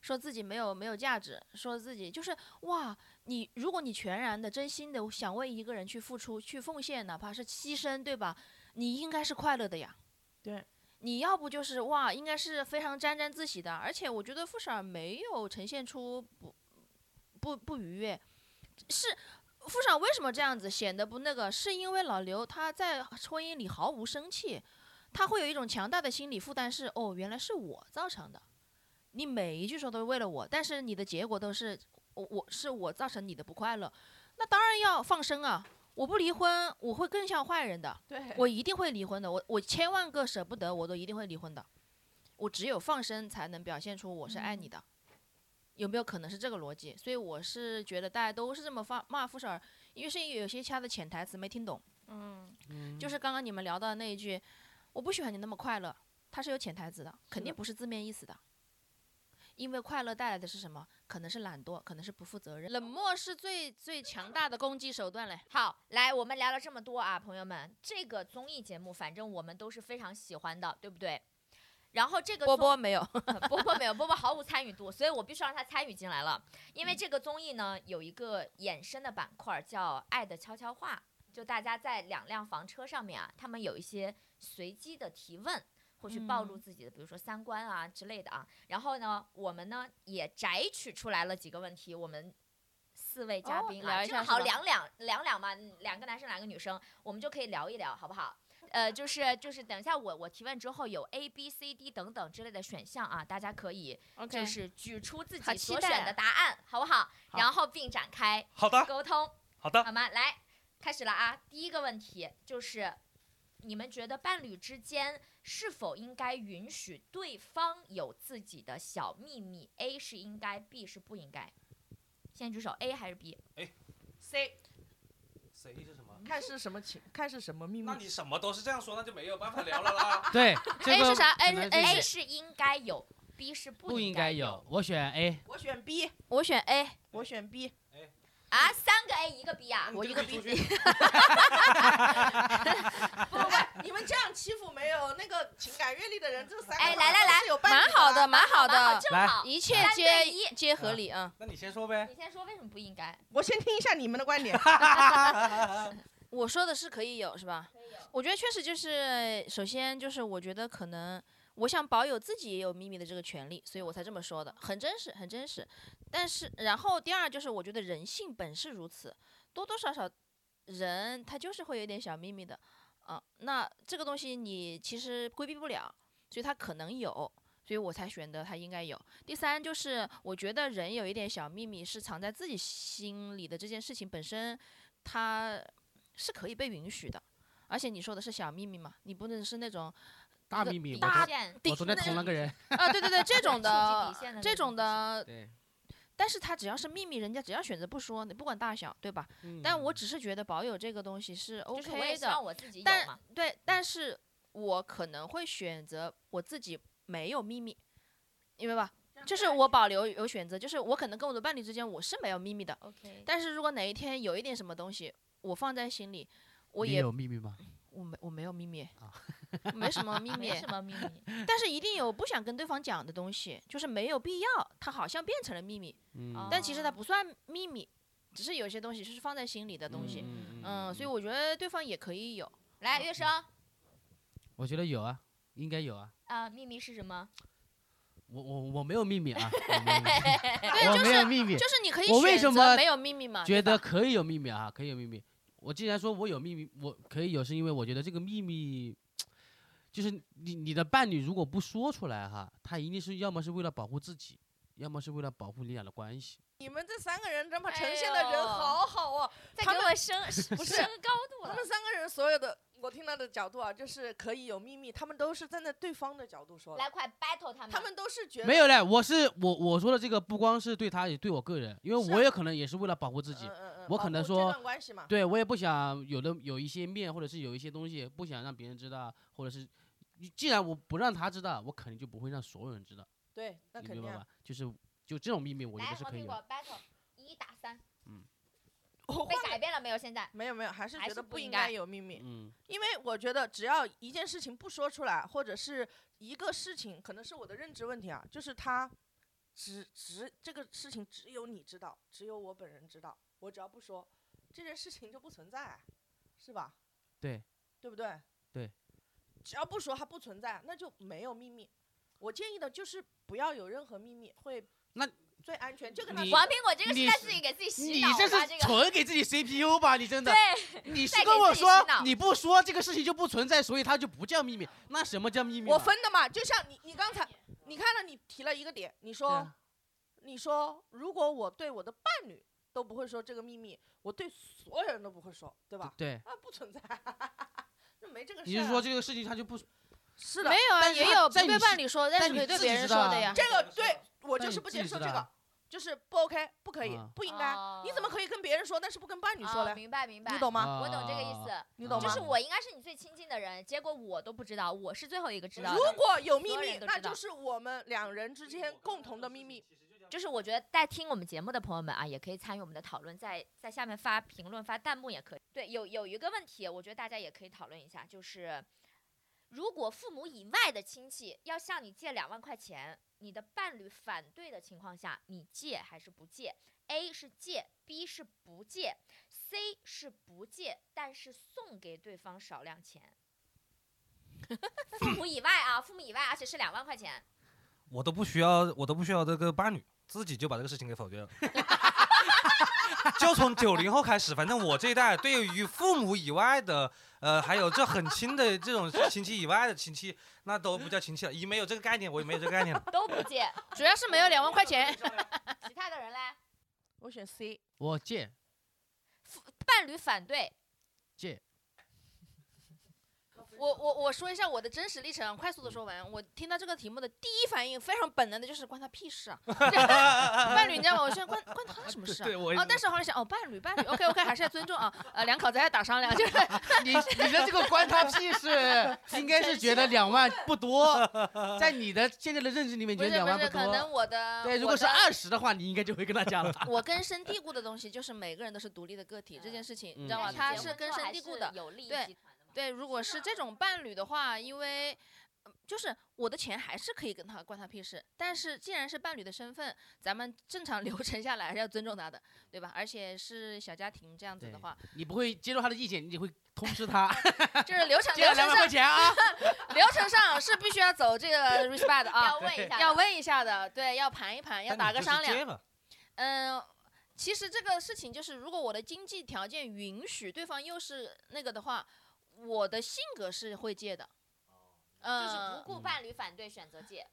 Speaker 5: 说自己没有没有价值，说自己就是哇，你如果你全然的、真心的想为一个人去付出、去奉献，哪怕是牺牲，对吧？你应该是快乐的呀。
Speaker 4: 对，
Speaker 5: 你要不就是哇，应该是非常沾沾自喜的，而且我觉得傅首尔没有呈现出不不不愉悦，是傅赏为什么这样子显得不那个？是因为老刘他在婚姻里毫无生气，他会有一种强大的心理负担是，哦，原来是我造成的。你每一句说都是为了我，但是你的结果都是我我是我造成你的不快乐，那当然要放生啊！我不离婚，我会更像坏人的，
Speaker 4: 对
Speaker 5: 我一定会离婚的，我我千万个舍不得，我都一定会离婚的。我只有放生才能表现出我是爱你的，有没有可能是这个逻辑？所以我是觉得大家都是这么发骂傅首尔，因为是有些他的潜台词没听懂，
Speaker 1: 嗯，
Speaker 5: 就是是刚刚你们聊到的那一句，我不喜欢你那么快乐，它是有潜台词的，肯定不是字面意思的。因为快乐带来的是什么？可能是懒惰，可能是不负责任，冷漠是最最强大的攻击手段嘞。
Speaker 1: 好，来，我们聊了这么多啊，朋友们，这个综艺节目反正我们都是非常喜欢的，对不对？然后这个
Speaker 5: 波
Speaker 1: 综
Speaker 5: 波没有，
Speaker 1: 波波没有，波波毫无参与度，所以我必须让他参与进来了。因为这个综艺呢，有一个衍生的板块叫《爱的悄悄话》，就大家在两辆房车上面啊，他们有一些随机的提问，会去暴露
Speaker 5: 嗯
Speaker 1: 自己的，比如说三观啊之类的啊。然后呢，我们呢也摘取出来了几个问题，我们。四位嘉
Speaker 5: 哦
Speaker 1: 宾
Speaker 5: 聊
Speaker 1: 啊，
Speaker 5: 一
Speaker 1: 正
Speaker 5: 下是
Speaker 1: 好
Speaker 5: 吧
Speaker 1: 两两两两嘛，嗯两个男生，两个女生，我们就可以聊一聊，好不好？呃，就是就是，等一下我我提问之后有 A B C D 等等之类的选项啊，大家可以
Speaker 5: OK，
Speaker 1: 就是举出自
Speaker 5: 好
Speaker 1: 己
Speaker 5: 期
Speaker 1: 所
Speaker 5: 待
Speaker 1: 选
Speaker 5: 啊
Speaker 1: 的答案，好不好？
Speaker 2: 好
Speaker 1: 然后并展开
Speaker 2: 好的，
Speaker 1: 沟通，
Speaker 2: 好的，
Speaker 1: 好吗？来，开始了啊！第一个问题就是，你们觉得伴侣之间是否应该允许对方有自己的小秘密？A 是应该，B 是不应该。先举手，A 还是 B？
Speaker 4: C，
Speaker 2: 谁是什么？
Speaker 4: 看是什么情，看是什么秘密
Speaker 2: 那。你什么都是这样说，那就没有办法聊了 啦。
Speaker 3: 对
Speaker 5: A 哎是啥
Speaker 3: 可
Speaker 5: ？A
Speaker 3: 能
Speaker 5: 是
Speaker 3: 就
Speaker 5: A
Speaker 3: 是
Speaker 1: A 是应该有，B 是
Speaker 3: 不
Speaker 1: 不
Speaker 3: 应
Speaker 1: 该
Speaker 3: 该有，我选哎 A。
Speaker 4: 我选 B，
Speaker 5: 我选 A，
Speaker 4: 我选 B。
Speaker 1: 啊！三个 A 一个 B 啊！
Speaker 2: 我
Speaker 5: 一个逼
Speaker 4: 不不不， 你们这样欺负没有那个情感阅历的人，这三个
Speaker 1: 哎来来来
Speaker 4: 是有伴
Speaker 5: 蛮
Speaker 4: 侣
Speaker 5: 好的，
Speaker 4: 的。
Speaker 5: 蛮好
Speaker 1: 好，
Speaker 5: 的，
Speaker 1: 正好。
Speaker 5: 一切
Speaker 1: 三对一
Speaker 5: 皆皆合理啊。
Speaker 2: 那你先说呗。
Speaker 1: 你先说为什么不应该？
Speaker 4: 我先听一下你们的观 点。
Speaker 5: 我说的是可以有是吧？我觉得确实就是，首先就是我觉得可能我想保有自己也有秘密的这个权利，所以我才这么说的，很真实，很真实。但是然后第二就是我觉得人性本是如此，多多少少人他就是会有点小秘密的啊。那这个东西你其实规避不了，所以他可能有。所以我才选择他应该有。第三就是，我觉得人有一点小秘密是藏在自己心里的这件事情本身，它是可以被允许的。而且你说的是小秘密嘛，你不能是那种
Speaker 3: 大
Speaker 5: 一个
Speaker 3: 秘密，我
Speaker 5: 大
Speaker 1: 底
Speaker 3: 昨
Speaker 1: 线
Speaker 5: 底
Speaker 3: 我昨天
Speaker 5: 那
Speaker 3: 捅了 个人。
Speaker 5: 啊，对对对，啊这 种
Speaker 1: 触及底线的
Speaker 5: 的
Speaker 1: 那
Speaker 5: 这
Speaker 1: 种
Speaker 5: 种的，
Speaker 3: 对，
Speaker 5: 但是他只要是秘密，人家只要选择不说，你不管大小，对吧？
Speaker 3: 嗯
Speaker 5: 但我只是觉得保有这个东西是
Speaker 1: 嗯就是我也
Speaker 5: OK
Speaker 1: 希
Speaker 5: 的，
Speaker 1: 望我自己有
Speaker 5: 但
Speaker 1: 嘛。
Speaker 5: 对，但是我可能会选择我自己没有秘密，明白吧？就是我保留有选择，就是我可能跟我的伴侣之间我是没有秘密的，
Speaker 1: OK，
Speaker 5: 但是如果哪一天有一点什么东西我放在心里，我
Speaker 3: 你
Speaker 5: 也
Speaker 3: 有秘密吗？
Speaker 5: 我没我没有秘密
Speaker 3: 啊，
Speaker 5: 没什么秘密
Speaker 1: 啊没，什么秘密。
Speaker 5: 但是一定有不想跟对方讲的东西，就是没有必要，它好像变成了秘密，
Speaker 3: 嗯
Speaker 5: 但其实它
Speaker 1: 哦
Speaker 5: 不算秘密，只是有些东西就是放在心里的东西。
Speaker 3: 嗯
Speaker 5: 嗯，所以我觉得对方也可以有，
Speaker 1: 来，
Speaker 5: 嗯
Speaker 1: 月生，
Speaker 3: 我觉得有啊，应该有啊。
Speaker 1: 啊，秘密是什么？
Speaker 3: 我我我没有秘密 啊，我没有秘密
Speaker 5: 对，
Speaker 3: 我
Speaker 5: 就
Speaker 3: 没有
Speaker 5: 是
Speaker 3: 秘密
Speaker 5: 就，是你可以
Speaker 3: 我为
Speaker 5: 选
Speaker 3: 什
Speaker 5: 择
Speaker 3: 么
Speaker 5: 没有秘密
Speaker 4: 啊
Speaker 5: 嘛，
Speaker 3: 觉
Speaker 5: 对
Speaker 3: 得
Speaker 5: 吧
Speaker 3: 可以有秘密啊，可以有秘密。我既然说我有秘密，我可以有，是因为我觉得这个秘密，就是你你的伴侣如果不说出来哈，他一定是要么是为了保护自己，要么是为了保护你俩的关系。
Speaker 4: 你们这三个人真把呈现
Speaker 1: 哎
Speaker 4: 的
Speaker 1: 呦
Speaker 4: 人好好哦，
Speaker 1: 再
Speaker 4: 他
Speaker 1: 给
Speaker 4: 们
Speaker 1: 我 升
Speaker 4: 不是
Speaker 1: 升高度
Speaker 4: 他
Speaker 1: 了
Speaker 4: 们。三个人所有的我听到的角度啊，就是可以有秘密，他们都是站在对方的角度说的
Speaker 1: 来，快 battle 他们。
Speaker 4: 他们都是觉得
Speaker 3: 没有嘞，我是我我说的这个不光是对他，也对我个人，因为
Speaker 4: 是啊
Speaker 3: 我也可能也是为了保护自己
Speaker 4: 嗯，嗯嗯
Speaker 3: 我可
Speaker 4: 保
Speaker 3: 能
Speaker 4: 护
Speaker 3: 说
Speaker 4: 这段关系嘛，
Speaker 3: 对我也不想有的有一些面或者是有一些东西不想让别人知道，或者是既然我不让他知道，我肯定就不会让所有人知道，
Speaker 4: 对，那
Speaker 3: 你
Speaker 4: 肯
Speaker 3: 明
Speaker 4: 定
Speaker 3: 白
Speaker 4: 啊。
Speaker 3: 吧？就是就这种秘密，我觉
Speaker 1: 来
Speaker 3: 得，是
Speaker 1: 王
Speaker 3: 可以
Speaker 1: 苹
Speaker 3: 有
Speaker 1: 果
Speaker 3: 的。
Speaker 1: battle 一打三，
Speaker 4: 我
Speaker 1: 被
Speaker 4: 换
Speaker 1: 改变了没有？现在
Speaker 4: 没有没有，还是
Speaker 1: 还
Speaker 4: 觉
Speaker 1: 是
Speaker 4: 得
Speaker 1: 不
Speaker 4: 不
Speaker 1: 应
Speaker 4: 应
Speaker 1: 该
Speaker 4: 该有秘密，
Speaker 3: 嗯，
Speaker 4: 因为我觉得只要一件事情不说出来，或者是一个事情，可能是我的认知问题啊，就是他只只这个事情只有你知道，只有我本人知道，我只要不说，这件事情就不存在，啊是吧？
Speaker 3: 对，
Speaker 4: 对不对？
Speaker 3: 对，
Speaker 4: 只要不说它不存在，那就没有秘密。我建议的就是不要有任何秘密，会最安全，就跟他
Speaker 3: 你
Speaker 4: 说
Speaker 1: 王苹果这个是
Speaker 3: 你
Speaker 1: 在
Speaker 3: 是
Speaker 1: 自己给自己洗
Speaker 3: 你
Speaker 1: 脑
Speaker 3: 这
Speaker 1: 吧？
Speaker 3: 是
Speaker 1: 这个
Speaker 3: 纯给自己 CPU 吧？你真的
Speaker 1: 对，
Speaker 3: 你是
Speaker 1: 在给
Speaker 3: 跟我
Speaker 1: 自己
Speaker 3: 说
Speaker 1: 洗脑
Speaker 3: 你不说这个事情就不存在，所以它就不叫秘密。那什么叫秘密嘛？
Speaker 4: 我分的嘛，就像你你刚才你看了你提了一个点，你
Speaker 3: 对
Speaker 4: 说、
Speaker 3: 啊
Speaker 4: 你说如果我对我的伴侣都不会说这个秘密，我对所有人都不会说，对吧？
Speaker 3: 对，
Speaker 4: 啊，不存在， 那没这个事、啊
Speaker 3: 你是说这个事情它就不
Speaker 4: 是的
Speaker 5: 没，有啊，
Speaker 3: 但是
Speaker 5: 也
Speaker 3: 他
Speaker 5: 有不
Speaker 3: 在你
Speaker 5: 对
Speaker 3: 自
Speaker 5: 伴侣说，但
Speaker 3: 但
Speaker 5: 是
Speaker 3: 你
Speaker 5: 可以对
Speaker 3: 自己
Speaker 5: 别人
Speaker 3: 知
Speaker 5: 说
Speaker 3: 道啊
Speaker 5: 的呀。
Speaker 4: 这个对我
Speaker 3: 那
Speaker 4: 就
Speaker 3: 你
Speaker 4: 是不
Speaker 3: 自己
Speaker 4: 接受
Speaker 3: 知
Speaker 4: 这
Speaker 3: 道
Speaker 4: 个
Speaker 3: 啊，
Speaker 4: 就是不 OK，不可以
Speaker 3: 啊，
Speaker 4: 不应该。你怎么可以跟别人说，但是不跟伴侣说
Speaker 1: 哦
Speaker 4: 嘞？
Speaker 1: 明白明白，
Speaker 4: 你懂吗？
Speaker 1: 我懂这个意
Speaker 3: 啊
Speaker 1: 思，
Speaker 4: 你懂吗？
Speaker 1: 就是
Speaker 3: 啊
Speaker 1: 我应该是你最亲近的人，结果我都不知道，我是最后一个知道
Speaker 4: 如
Speaker 1: 的。
Speaker 4: 果有秘
Speaker 1: 所有
Speaker 4: 密
Speaker 1: 人，都
Speaker 4: 那
Speaker 1: 知道
Speaker 4: 就是我们两人之间共同的秘密。
Speaker 1: 就是我觉得在听我们节目的朋友们啊，也可以参与我们的讨论，在在下面发评论、发弹幕也可以。对，有有一个问题，我觉得大家也可以讨论一下，就是如果父母以外的亲戚要向你借两万块钱，你的伴侣反对的情况下，你借还是不借？A 是借，B 是不借，C 是不借，但是送给对方少量钱。 父母以外啊，父母以外，而且是两万块钱。
Speaker 2: 我都不需要，我都不需要这个伴侣，自己就把这个事情给否决了。 就从九零后开始，反正我这一代对于父母以外的，呃，还有这很亲的这种亲戚以外的亲戚，那都不叫亲戚了，已没有这个概念，我也没有这个概念了。
Speaker 1: 都不借，
Speaker 5: 主要是没有两万 块钱，
Speaker 1: 其他的人嘞，
Speaker 4: 我选 C，
Speaker 3: 我借
Speaker 1: 伴侣反对，
Speaker 3: 借，
Speaker 5: 我我我说一下我的真实历程，快速的说完。我听到这个题目的第一反应非常本能的就是关他屁事啊， 伴侣你知道吗？我现在关关他什么事啊？
Speaker 2: 对我也
Speaker 5: 哦
Speaker 2: 是，
Speaker 5: 但是后来想，哦，伴侣伴侣，OK OK，还是要尊重啊。呃，两口子还打商量，就是
Speaker 3: 你你的这个关他屁事，应该是觉得两万不多，在你的现在的认知里面
Speaker 5: 不
Speaker 3: 觉
Speaker 5: 是
Speaker 3: 得两
Speaker 5: 不
Speaker 3: 万
Speaker 5: 是，可能
Speaker 3: 多。
Speaker 5: 我的
Speaker 3: 对，如果 是，二十的话，你应该就会跟他讲了。
Speaker 5: 我的我根深蒂固的东西就是每个人都是独立的个体，这件事情你知道吗？
Speaker 3: 嗯
Speaker 5: 它
Speaker 3: 但是
Speaker 5: 哦是根深蒂固的，
Speaker 1: 有利益
Speaker 5: 对
Speaker 1: 集团的嘛。
Speaker 5: 对，如果是这种伴侣的话，因为呃就是我的钱还是可以跟他关他屁事，但是既然是伴侣的身份，咱们正常 流程下来还是要尊重他的，对吧？而且是小家庭这样子
Speaker 3: 对
Speaker 5: 的话，
Speaker 3: 你不会接受他的意见，你会通知他，
Speaker 5: 就是流程
Speaker 3: 借了
Speaker 5: 流
Speaker 3: 两
Speaker 5: 程
Speaker 3: 万块
Speaker 5: 上
Speaker 3: 钱啊。
Speaker 5: 流程上是必须要走这个 respect 的 啊
Speaker 1: 要，问一下的，
Speaker 5: 要问一下的，对，要盘一盘，要
Speaker 2: 但
Speaker 5: 打
Speaker 2: 你
Speaker 5: 个
Speaker 2: 就是
Speaker 5: 商量
Speaker 2: 接。吧
Speaker 5: 嗯，其实这个事情就是，如果我的经济条件允许，对方又是那个的话，我的性格是会借的。
Speaker 3: 哦
Speaker 5: 嗯，
Speaker 1: 就是不顾伴侣反对选择借，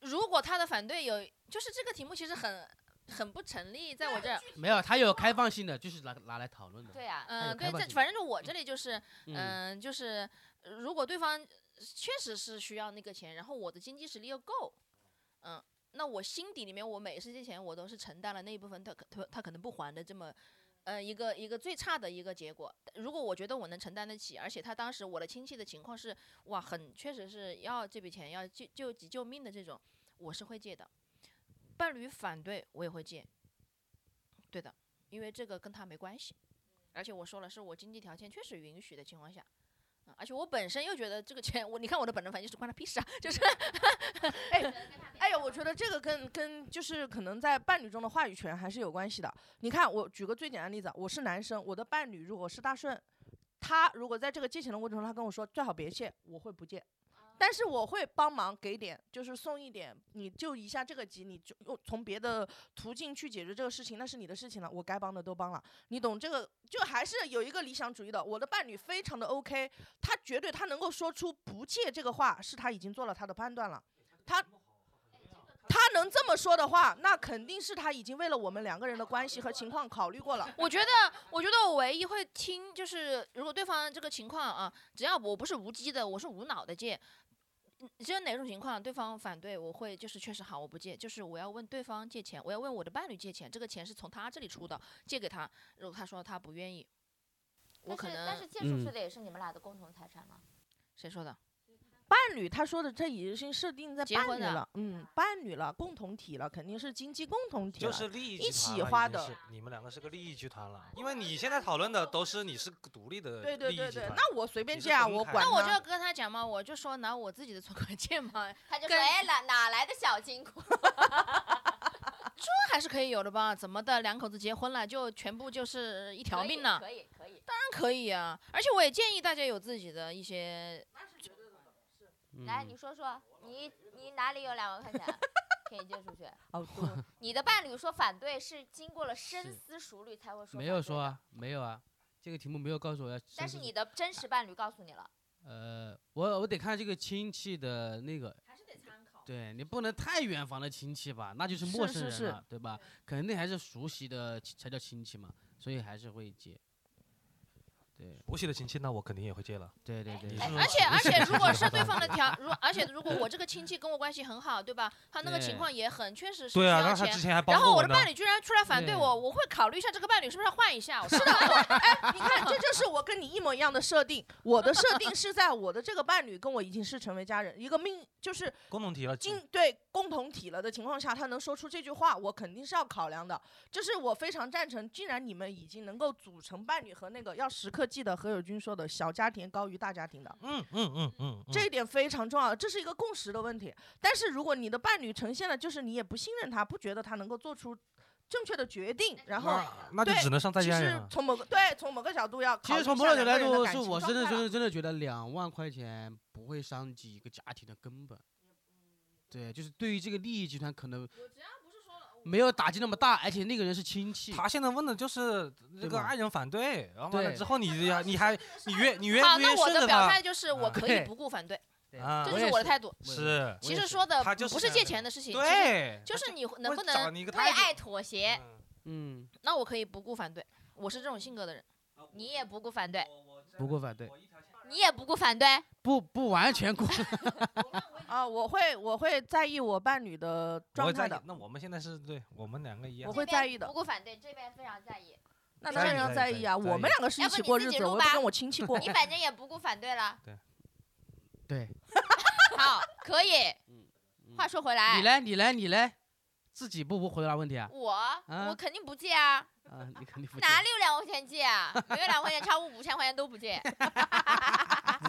Speaker 5: 如果他的反对有，就是这个题目其实很很不成立，在我这儿。
Speaker 3: 没有，他有开放性的，就是拿拿来讨论的。
Speaker 1: 对啊，
Speaker 5: 嗯、
Speaker 3: 有
Speaker 5: 对，
Speaker 3: 开放
Speaker 5: 这
Speaker 3: 性
Speaker 5: 反正就我这里就是，嗯、
Speaker 3: 嗯，
Speaker 5: 就是呃如果对方确实是需要那个钱，然后我的经济实力又够，嗯、那我心底里面我每一次借钱我都是承担了那一部分他可他他可能不还的这么。呃，一个一个最差的一个结果。如果我觉得我能承担得起，而且他当时我的亲戚的情况是，哇，很确实是要这笔钱要救救急救命的这种，我是会借的。伴侣反对我也会借，对的，因为这个跟他没关系。而且我说了，是我经济条件确实允许的情况下，嗯而且我本身又觉得这个钱， 我你看我的本能反应就是关他屁事啊， 就是嗯
Speaker 4: 哎呀，我觉得这个跟跟就是可能在伴侣中的话语权还是有关系的。你看，我举个最简单的例子，我是男生，我的伴侣如果是大顺，他如果在这个借钱的过程中，他跟我说最好别借，我会不借。但是我会帮忙给点，就是送一点，你救一下这个急，你就用从别的途径去解决这个事情，那是你的事情了，我该帮的都帮了，你懂这个，就还是有一个理想主义的。我的伴侣非常的 OK，他绝对他能够说出不借这个话，是他已经做了他的判断了。他能这么说的话，那肯定是他已经为了我们两个人的关系和情况考虑过了。
Speaker 5: 我觉得，我觉得我唯一会听，就是如果对方这个情况啊，只要我不是无稽的，我是无脑的借，嗯只有哪种情况对方反对，我会就是确实好，我不借，就是我要问对方借钱，我要问我的伴侣借钱，这个钱是从他这里出的，借给他，如果他说他不愿意，我可
Speaker 1: 但是
Speaker 5: 能
Speaker 1: 但是借出去
Speaker 3: 嗯
Speaker 1: 的也是你们俩的共同财产嘛。
Speaker 5: 谁说的？
Speaker 4: 伴侣，他说的这已经设定在
Speaker 5: 结
Speaker 4: 伴
Speaker 5: 婚
Speaker 4: 侣
Speaker 5: 的
Speaker 4: 了，嗯，伴侣了，共同体了，肯定是经济共同体
Speaker 2: 就
Speaker 4: 了。
Speaker 2: 是利益
Speaker 4: 一
Speaker 2: 集
Speaker 4: 起
Speaker 2: 团了
Speaker 4: 花
Speaker 2: 已经
Speaker 4: 的
Speaker 2: 是你们两个是个利益集团了，因为你现在讨论的都是你是独立的
Speaker 4: 对对
Speaker 2: 利益
Speaker 4: 对
Speaker 2: 集
Speaker 4: 对，
Speaker 2: 团。
Speaker 4: 那我随便
Speaker 2: 你
Speaker 4: 借
Speaker 2: 是
Speaker 4: 啊，
Speaker 2: 分
Speaker 4: 我
Speaker 2: 开
Speaker 4: 管
Speaker 5: 那我就
Speaker 4: 他
Speaker 5: 要跟他讲嘛，我就说拿我自己的存款 借嘛，
Speaker 1: 他就说，
Speaker 5: 跟
Speaker 1: 哎，哪哪来的小金库？
Speaker 5: 那还是可以有的吧？怎么的，两口子结婚了就全部就是一条命呢？
Speaker 1: 可以可以，
Speaker 5: 当然可以啊！而且我也建议大家有自己的一些
Speaker 3: 嗯
Speaker 1: 来你说说，你你哪里有两万块钱？可以借出去。
Speaker 7: 哦，对
Speaker 1: 你的伴侣说反对是经过了深
Speaker 3: 是
Speaker 1: 思熟虑才会说，
Speaker 3: 没有说，啊，没有啊，这个题目没有告诉我要深思熟。
Speaker 1: 但是你的真实伴侣告诉你了，
Speaker 3: 呃，我我得看这个亲戚的那个，
Speaker 1: 还是得参考。
Speaker 3: 对你不能太远房的亲戚吧，那就是陌
Speaker 4: 是
Speaker 3: 生人了，
Speaker 4: 是是
Speaker 3: 对吧？肯定还是熟悉的亲才叫亲戚嘛，所以还是会接。对
Speaker 2: 熟悉的亲戚，那我肯定也会借了。
Speaker 3: 对对对，
Speaker 2: 你
Speaker 5: 哎
Speaker 2: 是，
Speaker 5: 而且而且，如果 是对方的条，如而且如果我这个亲戚跟我关系很好，对吧？他那个情
Speaker 3: 对
Speaker 5: 况也很确实是需
Speaker 2: 对啊，那
Speaker 5: 要
Speaker 2: 他
Speaker 5: 钱
Speaker 2: 之。前还帮
Speaker 5: 然后
Speaker 2: 过
Speaker 5: 我
Speaker 2: 我
Speaker 5: 的
Speaker 2: 呢。
Speaker 5: 伴侣居然出来反对
Speaker 3: 对
Speaker 5: 我，我会考虑一下这个伴侣是不是要换一下。我是的，
Speaker 4: 你看，这就是我跟你一模一样的设定。我的设定是在我的这个伴侣跟我已经是成为家人，一个命就是
Speaker 2: 共同提了，
Speaker 4: 经对共同体了的情况下，他能说出这句话，我肯定是要考量的。就是我非常赞成，既然你们已经能够组成伴侣和那个，要时刻记得何友军说的小家庭高于大家庭的。
Speaker 2: 嗯嗯嗯嗯，嗯
Speaker 4: 这一点非常重要，这是一个共识的问题。但是如果你的伴侣呈现了，就是你也不信任他，不觉得他能够做出正确的决定，然后
Speaker 2: 那那就
Speaker 4: 对
Speaker 2: 只能上再
Speaker 4: 其
Speaker 2: 见
Speaker 4: 实
Speaker 2: 了。
Speaker 4: 从某个对从某个角度要
Speaker 3: 其
Speaker 4: 考虑
Speaker 3: 实
Speaker 4: 一下
Speaker 3: 从某种角
Speaker 4: 两
Speaker 3: 度
Speaker 4: 个
Speaker 3: 来说，
Speaker 4: 人的感
Speaker 3: 是
Speaker 4: 情
Speaker 3: 我
Speaker 4: 状
Speaker 3: 真的
Speaker 4: 态
Speaker 3: 真
Speaker 4: 了
Speaker 3: 的真的觉得两万块钱不会伤及一个家庭的根本。对，就是对于这个利益集团可能没有打击那么大，而且那个人是亲戚。
Speaker 2: 他现在问的就是这
Speaker 3: 对
Speaker 2: 个
Speaker 3: 吧
Speaker 2: 爱人反对，然后完了
Speaker 3: 对
Speaker 2: 之后你呀，你还你愿你愿
Speaker 5: 好，
Speaker 2: 不愿
Speaker 5: 啊那
Speaker 2: 意
Speaker 5: 我
Speaker 2: 顺
Speaker 5: 的
Speaker 2: 着
Speaker 5: 表
Speaker 2: 他
Speaker 5: 态？就是我可以
Speaker 2: 对
Speaker 5: 不顾反对，
Speaker 3: 对
Speaker 2: 啊
Speaker 5: 这
Speaker 2: 我
Speaker 5: 就是我的态度。
Speaker 2: 是，
Speaker 5: 其
Speaker 3: 我
Speaker 5: 实
Speaker 3: 也是
Speaker 5: 说的
Speaker 2: 嗯他就是
Speaker 5: 呃不是
Speaker 2: 这样
Speaker 5: 借
Speaker 2: 的
Speaker 5: 钱的事情，其实
Speaker 2: 对，
Speaker 5: 就是你能
Speaker 2: 我
Speaker 5: 不
Speaker 2: 找
Speaker 5: 能，
Speaker 2: 你一个
Speaker 1: 为
Speaker 2: 态度
Speaker 1: 爱妥协，
Speaker 2: 嗯
Speaker 3: 嗯，
Speaker 5: 那我可以不顾反对，我是这种性格的人。
Speaker 1: 你也不顾反对，
Speaker 5: 嗯
Speaker 3: 不过反对，
Speaker 1: 你也不顾反对，
Speaker 3: 不不完全过。
Speaker 4: 啊，我会我会在意我伴侣的
Speaker 2: 我
Speaker 4: 状态
Speaker 2: 在
Speaker 4: 的，
Speaker 2: 那我们现在是对我们两个一样
Speaker 4: 我，会
Speaker 1: 这边
Speaker 4: 在意的
Speaker 1: 不顾反对，这边非常在意，
Speaker 4: 那
Speaker 2: 在
Speaker 4: 当然
Speaker 2: 意
Speaker 4: 要
Speaker 2: 在
Speaker 4: 在
Speaker 2: 意
Speaker 4: 意啊。
Speaker 2: 在
Speaker 4: 我
Speaker 2: 意
Speaker 4: 们两个是一
Speaker 1: 要不
Speaker 4: 起
Speaker 1: 你
Speaker 4: 过
Speaker 1: 自
Speaker 4: 日
Speaker 1: 己
Speaker 4: 子，
Speaker 1: 录
Speaker 4: 我又不
Speaker 1: 吧
Speaker 4: 跟我亲戚过
Speaker 1: 你。反正也不顾反对 了。
Speaker 3: 对，嗯
Speaker 1: 好，可以。话说回来
Speaker 3: 你，来你来你来，自己不不回答问题啊？
Speaker 1: 我我
Speaker 3: 啊
Speaker 1: 肯定不借啊，
Speaker 3: 啊，你肯定不
Speaker 1: 哪
Speaker 3: 行
Speaker 1: 里有两块钱借啊？没有两块钱，超过五千块钱都不借。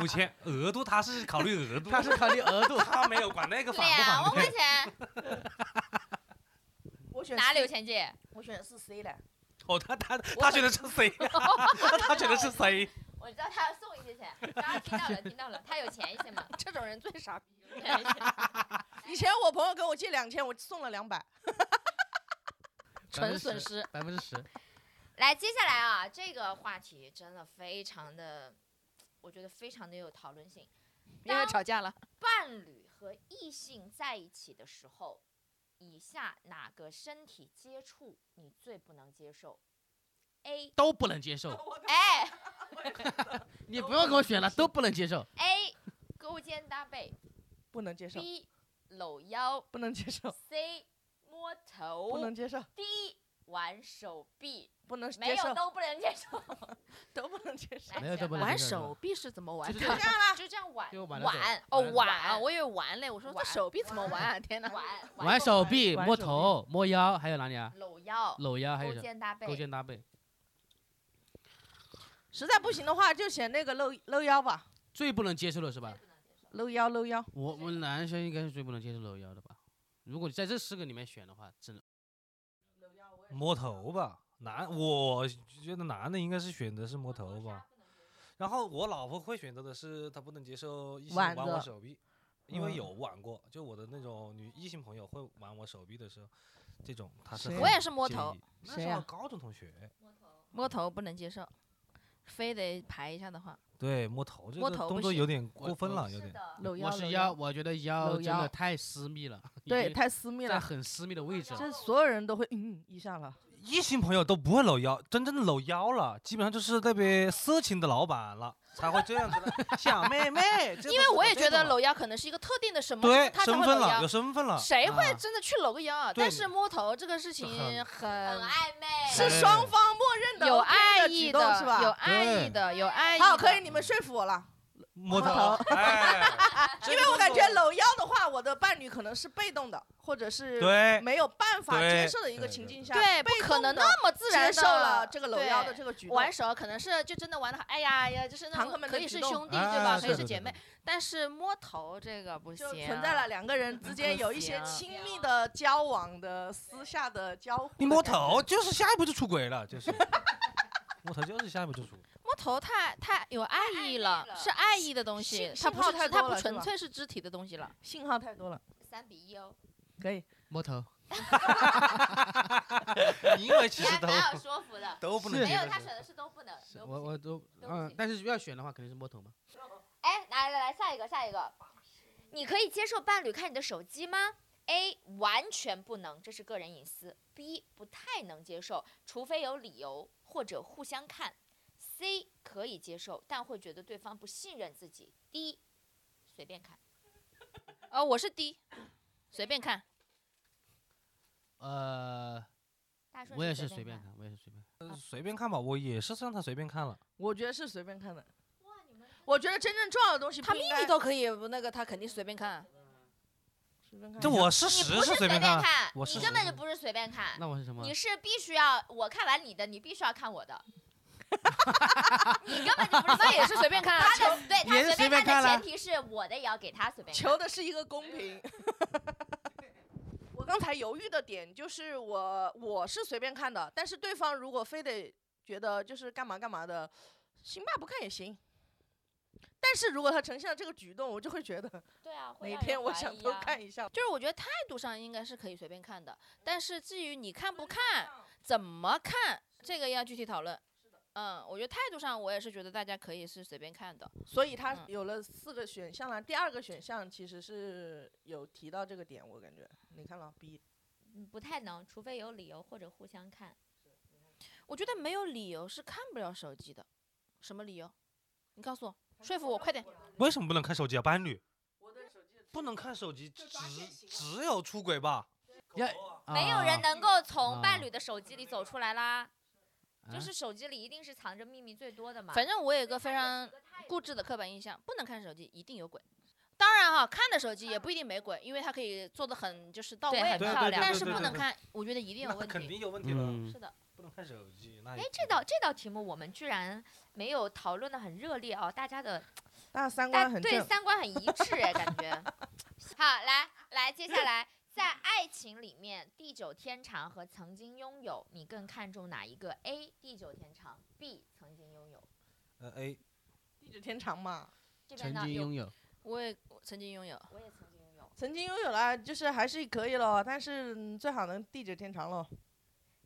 Speaker 2: 五 千额度他是考虑额度，。
Speaker 3: 他是考虑额度
Speaker 2: 他没有管那个反不
Speaker 1: 两万啊
Speaker 2: 反对
Speaker 1: 块钱，
Speaker 4: 我选
Speaker 1: 哪里有
Speaker 4: C，
Speaker 1: 钱借？
Speaker 4: 我选四 C 嘞。
Speaker 2: 哦，他他他选的是谁？ 他选的是谁？
Speaker 1: 我知道他要送一些钱，刚刚听到了，听到了，他有钱一些 嘛？
Speaker 4: 这种人最傻逼。 以前我朋友跟我借两千，我送了两百。
Speaker 3: 百分之
Speaker 5: 纯损
Speaker 3: 十
Speaker 5: 失，
Speaker 3: 百分之十，
Speaker 1: 来，接下来啊，这个话题真的非常的，我觉得非常的有讨论性。
Speaker 5: 因为
Speaker 1: 当
Speaker 5: 吵架了。
Speaker 1: 伴侣和异性在一起的时候，以下哪个身体接触你最不能接受？A
Speaker 3: 都不能接受。
Speaker 1: 哎
Speaker 3: 你不用给我选了，都不能接受。
Speaker 1: A，勾肩搭背
Speaker 4: 不能接受，
Speaker 1: ；B，搂腰
Speaker 4: 不能接 受，
Speaker 1: ；C，摸头
Speaker 4: 不能接受，
Speaker 1: ；D，玩手臂。
Speaker 4: 不能
Speaker 1: 哦没
Speaker 4: 接
Speaker 1: 有
Speaker 4: 受，
Speaker 1: 都不能接受，
Speaker 4: 都不 能接受。
Speaker 1: 来
Speaker 3: 没有
Speaker 1: 选
Speaker 3: 都不
Speaker 1: 吧
Speaker 3: 能
Speaker 5: 玩
Speaker 3: 接受
Speaker 5: 手臂是怎么玩
Speaker 3: 就
Speaker 5: 的
Speaker 3: 是？
Speaker 4: 这样啦，
Speaker 1: 就这样挽
Speaker 3: 就挽着走
Speaker 1: 挽
Speaker 5: 哦，
Speaker 3: 玩
Speaker 5: 玩啊，我以为玩嘞，我说这
Speaker 1: 玩
Speaker 5: 手臂怎么玩啊？天哪！
Speaker 1: 挽
Speaker 3: 玩手臂、
Speaker 4: 玩
Speaker 3: 摸
Speaker 4: 手
Speaker 3: 头、摸腰，还有哪里啊？
Speaker 1: 搂腰、
Speaker 3: 搂腰，还有
Speaker 1: 勾
Speaker 3: 什么？
Speaker 1: 肩搭
Speaker 3: 勾
Speaker 1: 背。
Speaker 3: 肩搭背。
Speaker 4: 实在不行的话，就选那个搂搂腰吧，
Speaker 3: 最不能接受的是吧？
Speaker 4: 搂腰搂腰。
Speaker 3: 我我们男生应该是最不能接受搂腰的吧？如果你在这四个里面选的话，只能
Speaker 2: 摸头吧，男，我觉得男的应该是选择是摸头吧。然后我老婆会选择的是，她不能接受异性
Speaker 4: 挽
Speaker 2: 挽我
Speaker 4: 着
Speaker 2: 手臂，因为
Speaker 4: 嗯
Speaker 2: 有挽过，就我的那种女异性朋友会挽我手臂的时候，这种她是
Speaker 4: 谁
Speaker 2: 很
Speaker 5: 我也是摸
Speaker 2: 介
Speaker 5: 头
Speaker 2: 意，那
Speaker 4: 谁
Speaker 2: 是我
Speaker 4: 呀
Speaker 2: 高中同学，
Speaker 5: 摸头不能接受，非得排一下的话，
Speaker 2: 对摸头这
Speaker 5: 摸
Speaker 2: 个
Speaker 5: 头
Speaker 2: 动
Speaker 5: 不
Speaker 2: 作
Speaker 5: 行
Speaker 2: 有点
Speaker 3: 我
Speaker 2: 过分
Speaker 3: 我
Speaker 2: 了，有
Speaker 1: 是
Speaker 2: 点。
Speaker 1: 的，
Speaker 4: 搂腰
Speaker 3: 我是
Speaker 4: 搂
Speaker 3: 腰，，我觉得腰
Speaker 4: 搂
Speaker 3: 真
Speaker 4: 腰
Speaker 3: 的太私密了，已
Speaker 4: 对，
Speaker 3: 经
Speaker 4: 太私密
Speaker 3: 在
Speaker 4: 了，
Speaker 3: 很私密的位置了。
Speaker 4: 这所有人都会嗯一下了。
Speaker 2: 异性朋友都不会搂腰，真正的搂腰了，基本上就是那边色情的老板了才会这样子的 小妹妹。
Speaker 5: 因为我也觉得
Speaker 2: 搂
Speaker 5: 搂腰可能是一个特定的什么，
Speaker 2: 对
Speaker 5: 他才
Speaker 2: 身
Speaker 5: 会
Speaker 2: 份
Speaker 5: 搂
Speaker 2: 了，
Speaker 5: 腰
Speaker 2: 有。身份了，
Speaker 5: 谁会
Speaker 3: 啊
Speaker 5: 真的去搂个腰啊？
Speaker 2: 对
Speaker 5: 但是摸头这个事情
Speaker 2: 很
Speaker 1: 很
Speaker 5: 很
Speaker 1: 暧昧。
Speaker 4: 是
Speaker 2: 哎
Speaker 4: 双方默认的
Speaker 5: 有
Speaker 4: OK
Speaker 5: 爱
Speaker 4: 的
Speaker 5: 意
Speaker 4: 举动是吧？
Speaker 5: 有爱意的，有爱意的。
Speaker 4: 好，可以，你们说服我了，
Speaker 2: 摸
Speaker 4: 摸
Speaker 2: 头，哎，
Speaker 4: 因为我感觉搂腰的话，我的伴侣可能是被动的，或者是
Speaker 2: 对，
Speaker 4: 没有办法
Speaker 2: 对
Speaker 4: 接受的一个
Speaker 2: 对
Speaker 4: 情境下，
Speaker 5: 对，不
Speaker 4: 被
Speaker 5: 可
Speaker 4: 动
Speaker 5: 能
Speaker 4: 地
Speaker 5: 那么自然
Speaker 4: 接
Speaker 5: 地
Speaker 4: 受了这个搂腰的
Speaker 5: 对
Speaker 4: 这个举动。
Speaker 5: 玩手可能是就真的玩的，哎呀哎呀，就是那
Speaker 4: 堂客
Speaker 5: 种
Speaker 4: 们
Speaker 5: 可
Speaker 4: 的
Speaker 5: 以
Speaker 4: 举
Speaker 5: 是
Speaker 4: 动
Speaker 5: 兄弟
Speaker 2: 哎
Speaker 5: 对吧？可
Speaker 2: 对
Speaker 5: 以是
Speaker 2: 对
Speaker 5: 姐
Speaker 2: 对
Speaker 5: 妹，但是摸头这个不行
Speaker 4: 就，存在了两个人之间有一些
Speaker 5: 不行
Speaker 4: 亲密的交往的私下的交互。
Speaker 2: 你摸，头就是下一步就出轨了，就是摸头就是下一步就出轨。
Speaker 5: 摸头太太有爱意了，
Speaker 1: 了
Speaker 5: 是爱意的东
Speaker 4: 信，
Speaker 5: 西它不
Speaker 4: 信号
Speaker 5: 是
Speaker 4: 太
Speaker 5: 它
Speaker 4: 多
Speaker 5: 不
Speaker 4: 了是
Speaker 5: 纯
Speaker 4: 吧
Speaker 5: 粹是肢体的东西了。
Speaker 4: 信号太多了，
Speaker 1: 三比一哦，
Speaker 4: 可以。
Speaker 3: 摸头，
Speaker 2: 因为其
Speaker 6: 你
Speaker 2: 实
Speaker 6: 还
Speaker 2: 都
Speaker 6: 蛮有说服的。
Speaker 2: 都 不能
Speaker 3: 是
Speaker 6: 没
Speaker 2: 接
Speaker 6: 有，
Speaker 2: 受
Speaker 6: 他选的是都不能。
Speaker 3: 是
Speaker 6: 都不
Speaker 3: 我
Speaker 6: 行
Speaker 3: 我都
Speaker 6: 不
Speaker 3: 嗯
Speaker 6: 行，
Speaker 3: 但是要选的话肯定是摸头嘛。
Speaker 6: 哎，来来来，下一个，下一个。
Speaker 1: 哦你可以接受伴侣看你的手机吗？A 完全不能，这是个人隐私。B 不太能接受，除非有理由或者互相看。C 可以接受，但会觉得对方不信任自己。D 随便看。哦
Speaker 5: 呃，我是 D，随便看。
Speaker 3: 呃，
Speaker 1: 大顺
Speaker 3: 我也是
Speaker 1: 是
Speaker 3: 随便
Speaker 1: 看。
Speaker 3: 看，我也是随便看。
Speaker 2: 呃随便看吧，我也是让他随便看了。
Speaker 4: 我觉得是随便看的。我觉得真正重要的东西不
Speaker 8: 他秘
Speaker 4: 应该
Speaker 8: 密都可以不那个，他肯定随便看。啊
Speaker 4: 随便看。
Speaker 2: 这我事
Speaker 1: 你
Speaker 2: 实
Speaker 1: 不是随
Speaker 2: 随
Speaker 1: 便
Speaker 2: 便看，
Speaker 1: 看，
Speaker 2: 我
Speaker 1: 你
Speaker 2: 是
Speaker 1: 根本就不是随便看，
Speaker 3: 那我是什么？
Speaker 1: 你是必须要我看完你的，你必须要看我 的。你根本就不是， 那也是随便看、啊。他的对
Speaker 3: 也是
Speaker 1: 他
Speaker 3: 随
Speaker 1: 随
Speaker 3: 便
Speaker 1: 便
Speaker 3: 看
Speaker 1: 看的
Speaker 3: 啦
Speaker 1: 前提是我的也要给他随便看。
Speaker 4: 求的是一个公平。 我刚才犹豫的点就是我我是随便看的，但是对方如果非得觉得就是干嘛干嘛的，行吧，不看也行。但是如果他呈现了这个举动，我就会 觉得
Speaker 1: 对啊，会
Speaker 4: 哪
Speaker 1: 让
Speaker 4: 天
Speaker 1: 人
Speaker 4: 我
Speaker 1: 怀
Speaker 4: 想
Speaker 1: 疑
Speaker 4: 偷
Speaker 1: 啊
Speaker 4: 看一下。
Speaker 5: 就是我觉得态度上应该是可以随便看的，但是至于你看不看、怎么看，这个要具体讨论。嗯，我觉得态度上我也是觉得大家可以是随便看的。
Speaker 4: 所以他
Speaker 5: 嗯
Speaker 4: 有了四个选项啊了，第二个选项其实是有提到这个点，我感觉你看了 B，
Speaker 1: 嗯不太能，除非有理由或者互相看。
Speaker 5: 我觉得没有理由是看不了手机的，什么理由？你告诉我，说服我，快点。
Speaker 2: 为什么不能看手机啊？伴侣，不能看手机，只只有出轨吧？
Speaker 3: 要
Speaker 2: 啊
Speaker 1: 没有人能够从
Speaker 3: 啊
Speaker 1: 伴侣的手机里走出来啦，
Speaker 3: 啊
Speaker 1: 就是手机里一定是藏着秘密最多的嘛。
Speaker 5: 反正我有一个非常固执的刻板印象，不能看手机一定有鬼。当然哈，看的手机也不一定没鬼，因为它可以做的很就是到
Speaker 1: 对
Speaker 5: 位，
Speaker 1: 很
Speaker 2: 对
Speaker 1: 漂
Speaker 2: 对
Speaker 1: 亮
Speaker 5: 但
Speaker 2: 对
Speaker 5: 是
Speaker 2: 对
Speaker 5: 不
Speaker 2: 对
Speaker 5: 能
Speaker 2: 对
Speaker 5: 看，我觉得一定有
Speaker 2: 那
Speaker 5: 问
Speaker 2: 肯
Speaker 5: 题。
Speaker 2: 定有问题了，
Speaker 3: 嗯
Speaker 5: 是的，
Speaker 2: 不能看手机。那
Speaker 1: 哎
Speaker 2: 也，
Speaker 1: 这道这道题目我们居然没有讨论的很热烈啊，大家的
Speaker 4: 大家三
Speaker 1: 大
Speaker 4: 观很
Speaker 1: 对
Speaker 4: 正，
Speaker 1: 三观很一致哎，感 觉。好，来来，接下来在爱情里面，地久天长和曾经拥有，你更看重哪一个？A. 地久天长，B. 曾经拥有。
Speaker 2: 呃 A
Speaker 4: 地久天长嘛。
Speaker 1: 这边呢
Speaker 3: 曾经
Speaker 1: 有，
Speaker 3: 拥有，
Speaker 5: 我也我曾经拥有。
Speaker 1: 我也曾经拥有。
Speaker 4: 曾经拥有了，就是还是可以了，但是嗯最好能地久天长喽。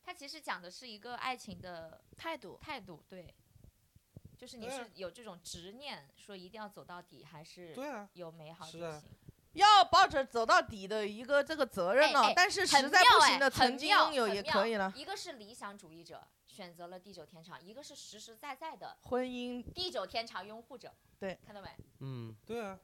Speaker 1: 它其实讲的是一个爱情的态度，态度对，就是你
Speaker 4: 嗯
Speaker 1: 是有这种执念，说一定要走到底，还是
Speaker 2: 对啊，
Speaker 1: 有美好
Speaker 2: 是
Speaker 1: 的
Speaker 2: 啊
Speaker 1: 心。
Speaker 4: 要抱着走到底的一个这个责任呢，
Speaker 1: 哎哎
Speaker 4: 但是
Speaker 1: 很
Speaker 4: 实在
Speaker 1: 妙
Speaker 4: 不
Speaker 1: 哎
Speaker 4: 行的，
Speaker 1: 很
Speaker 4: 曾经
Speaker 1: 妙
Speaker 4: 拥有
Speaker 1: 很
Speaker 4: 也
Speaker 1: 妙
Speaker 4: 可以了。
Speaker 1: 一个是理想主义者选择了地久天长，一个是实实在在的
Speaker 4: 婚姻
Speaker 1: 地久天长拥护者。
Speaker 4: 对，
Speaker 1: 看到没？
Speaker 3: 嗯，
Speaker 2: 对啊。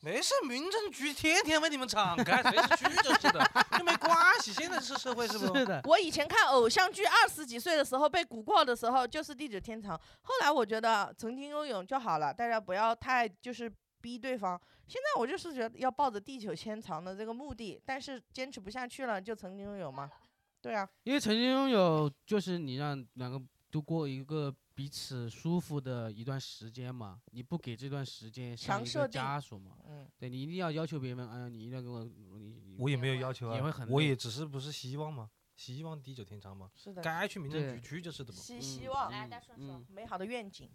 Speaker 2: 没事，民政局天天为你们敞开，谁是局就是的，又没关系。现在是社会，是不
Speaker 3: 是的，
Speaker 4: 我以前看偶像剧，二十几岁的时候被蛊惑的时候，就是地久天长。后来我觉得曾经拥有就好了，大家不要太就是逼对方。现在我就是觉得要抱着地久天长的这个目的，但是坚持不下去了，就曾经拥有嘛。对啊，
Speaker 3: 因为曾经拥有就是你让两个度过一个彼此舒服的一段时间嘛，你不给这段时间
Speaker 4: 强
Speaker 3: 像一
Speaker 4: 设
Speaker 3: 个
Speaker 4: 定
Speaker 3: 枷锁嘛，
Speaker 4: 嗯，
Speaker 3: 对你一定要要求别人，哎呀，你一定要给我，你你
Speaker 2: 我也没有要求啊，
Speaker 3: 也会很
Speaker 2: 我
Speaker 3: 累
Speaker 2: 也只是不是希望嘛，希望地久天长嘛，
Speaker 4: 是的，
Speaker 2: 该去民政
Speaker 3: 对
Speaker 2: 局去就是的嘛。
Speaker 4: 希
Speaker 3: 嗯
Speaker 4: 希望
Speaker 1: 来大顺说
Speaker 3: 嗯
Speaker 4: 美好的愿景。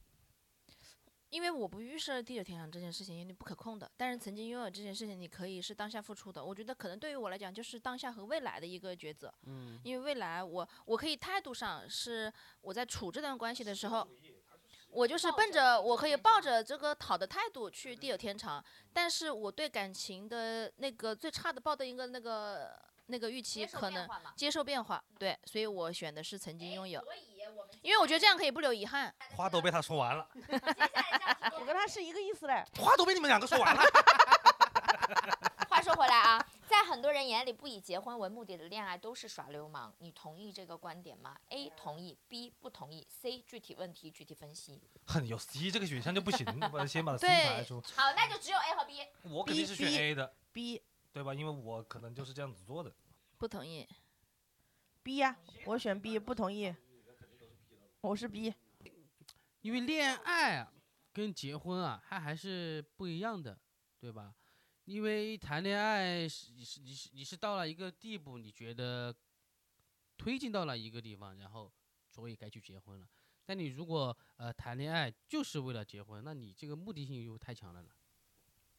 Speaker 5: 因为我不预设地久天长这件事情，因为你不可控的。但是曾经拥有这件事情，你可以是当下付出的。我觉得可能对于我来讲，就是当下和未来的一个抉择。
Speaker 3: 嗯，
Speaker 5: 因为未来我我可以态度上是我在处这段关系的时候，我就是奔着我可以抱着这个好的态度去地久天长，但是我对感情的那个最差的抱的一个那个那个预期
Speaker 1: 接受
Speaker 5: 可
Speaker 1: 变
Speaker 5: 能
Speaker 1: 化嘛
Speaker 5: 接受变化，对，所以我选的是曾经拥有，
Speaker 1: 所以我们
Speaker 5: 因为我觉得这样可以不留遗憾。
Speaker 2: 话都被他说完了，
Speaker 1: 接下来这道题
Speaker 4: 我 跟他是一个意思嘞。
Speaker 2: 话都被你们两个说完了。
Speaker 1: 话说回来啊，在很多人眼里，不以结婚为目的的恋爱都是耍流氓。你同意这个观点吗？A 同意，B 不同意，C 具体问题具体分析。
Speaker 2: 哼，有 C 这个选项就不行，我先把 C
Speaker 5: 对
Speaker 2: 排除。
Speaker 1: 好，那就只有 A 和 B。
Speaker 2: 我肯定是选
Speaker 4: B- B
Speaker 2: A 的，
Speaker 4: B
Speaker 2: 对吧？因为我可能就是这样子做的。
Speaker 5: 不同意，
Speaker 4: B 呀、我选 B，不同意。我是 B，
Speaker 3: 因为恋爱啊，跟结婚啊，它还是不一样的，对吧？因为谈恋爱是你是你是你是到了一个地步，你觉得推进到了一个地方，然后所以该去结婚了。但你如果呃谈恋爱就是为了结婚，那你这个目的性又太强了呢。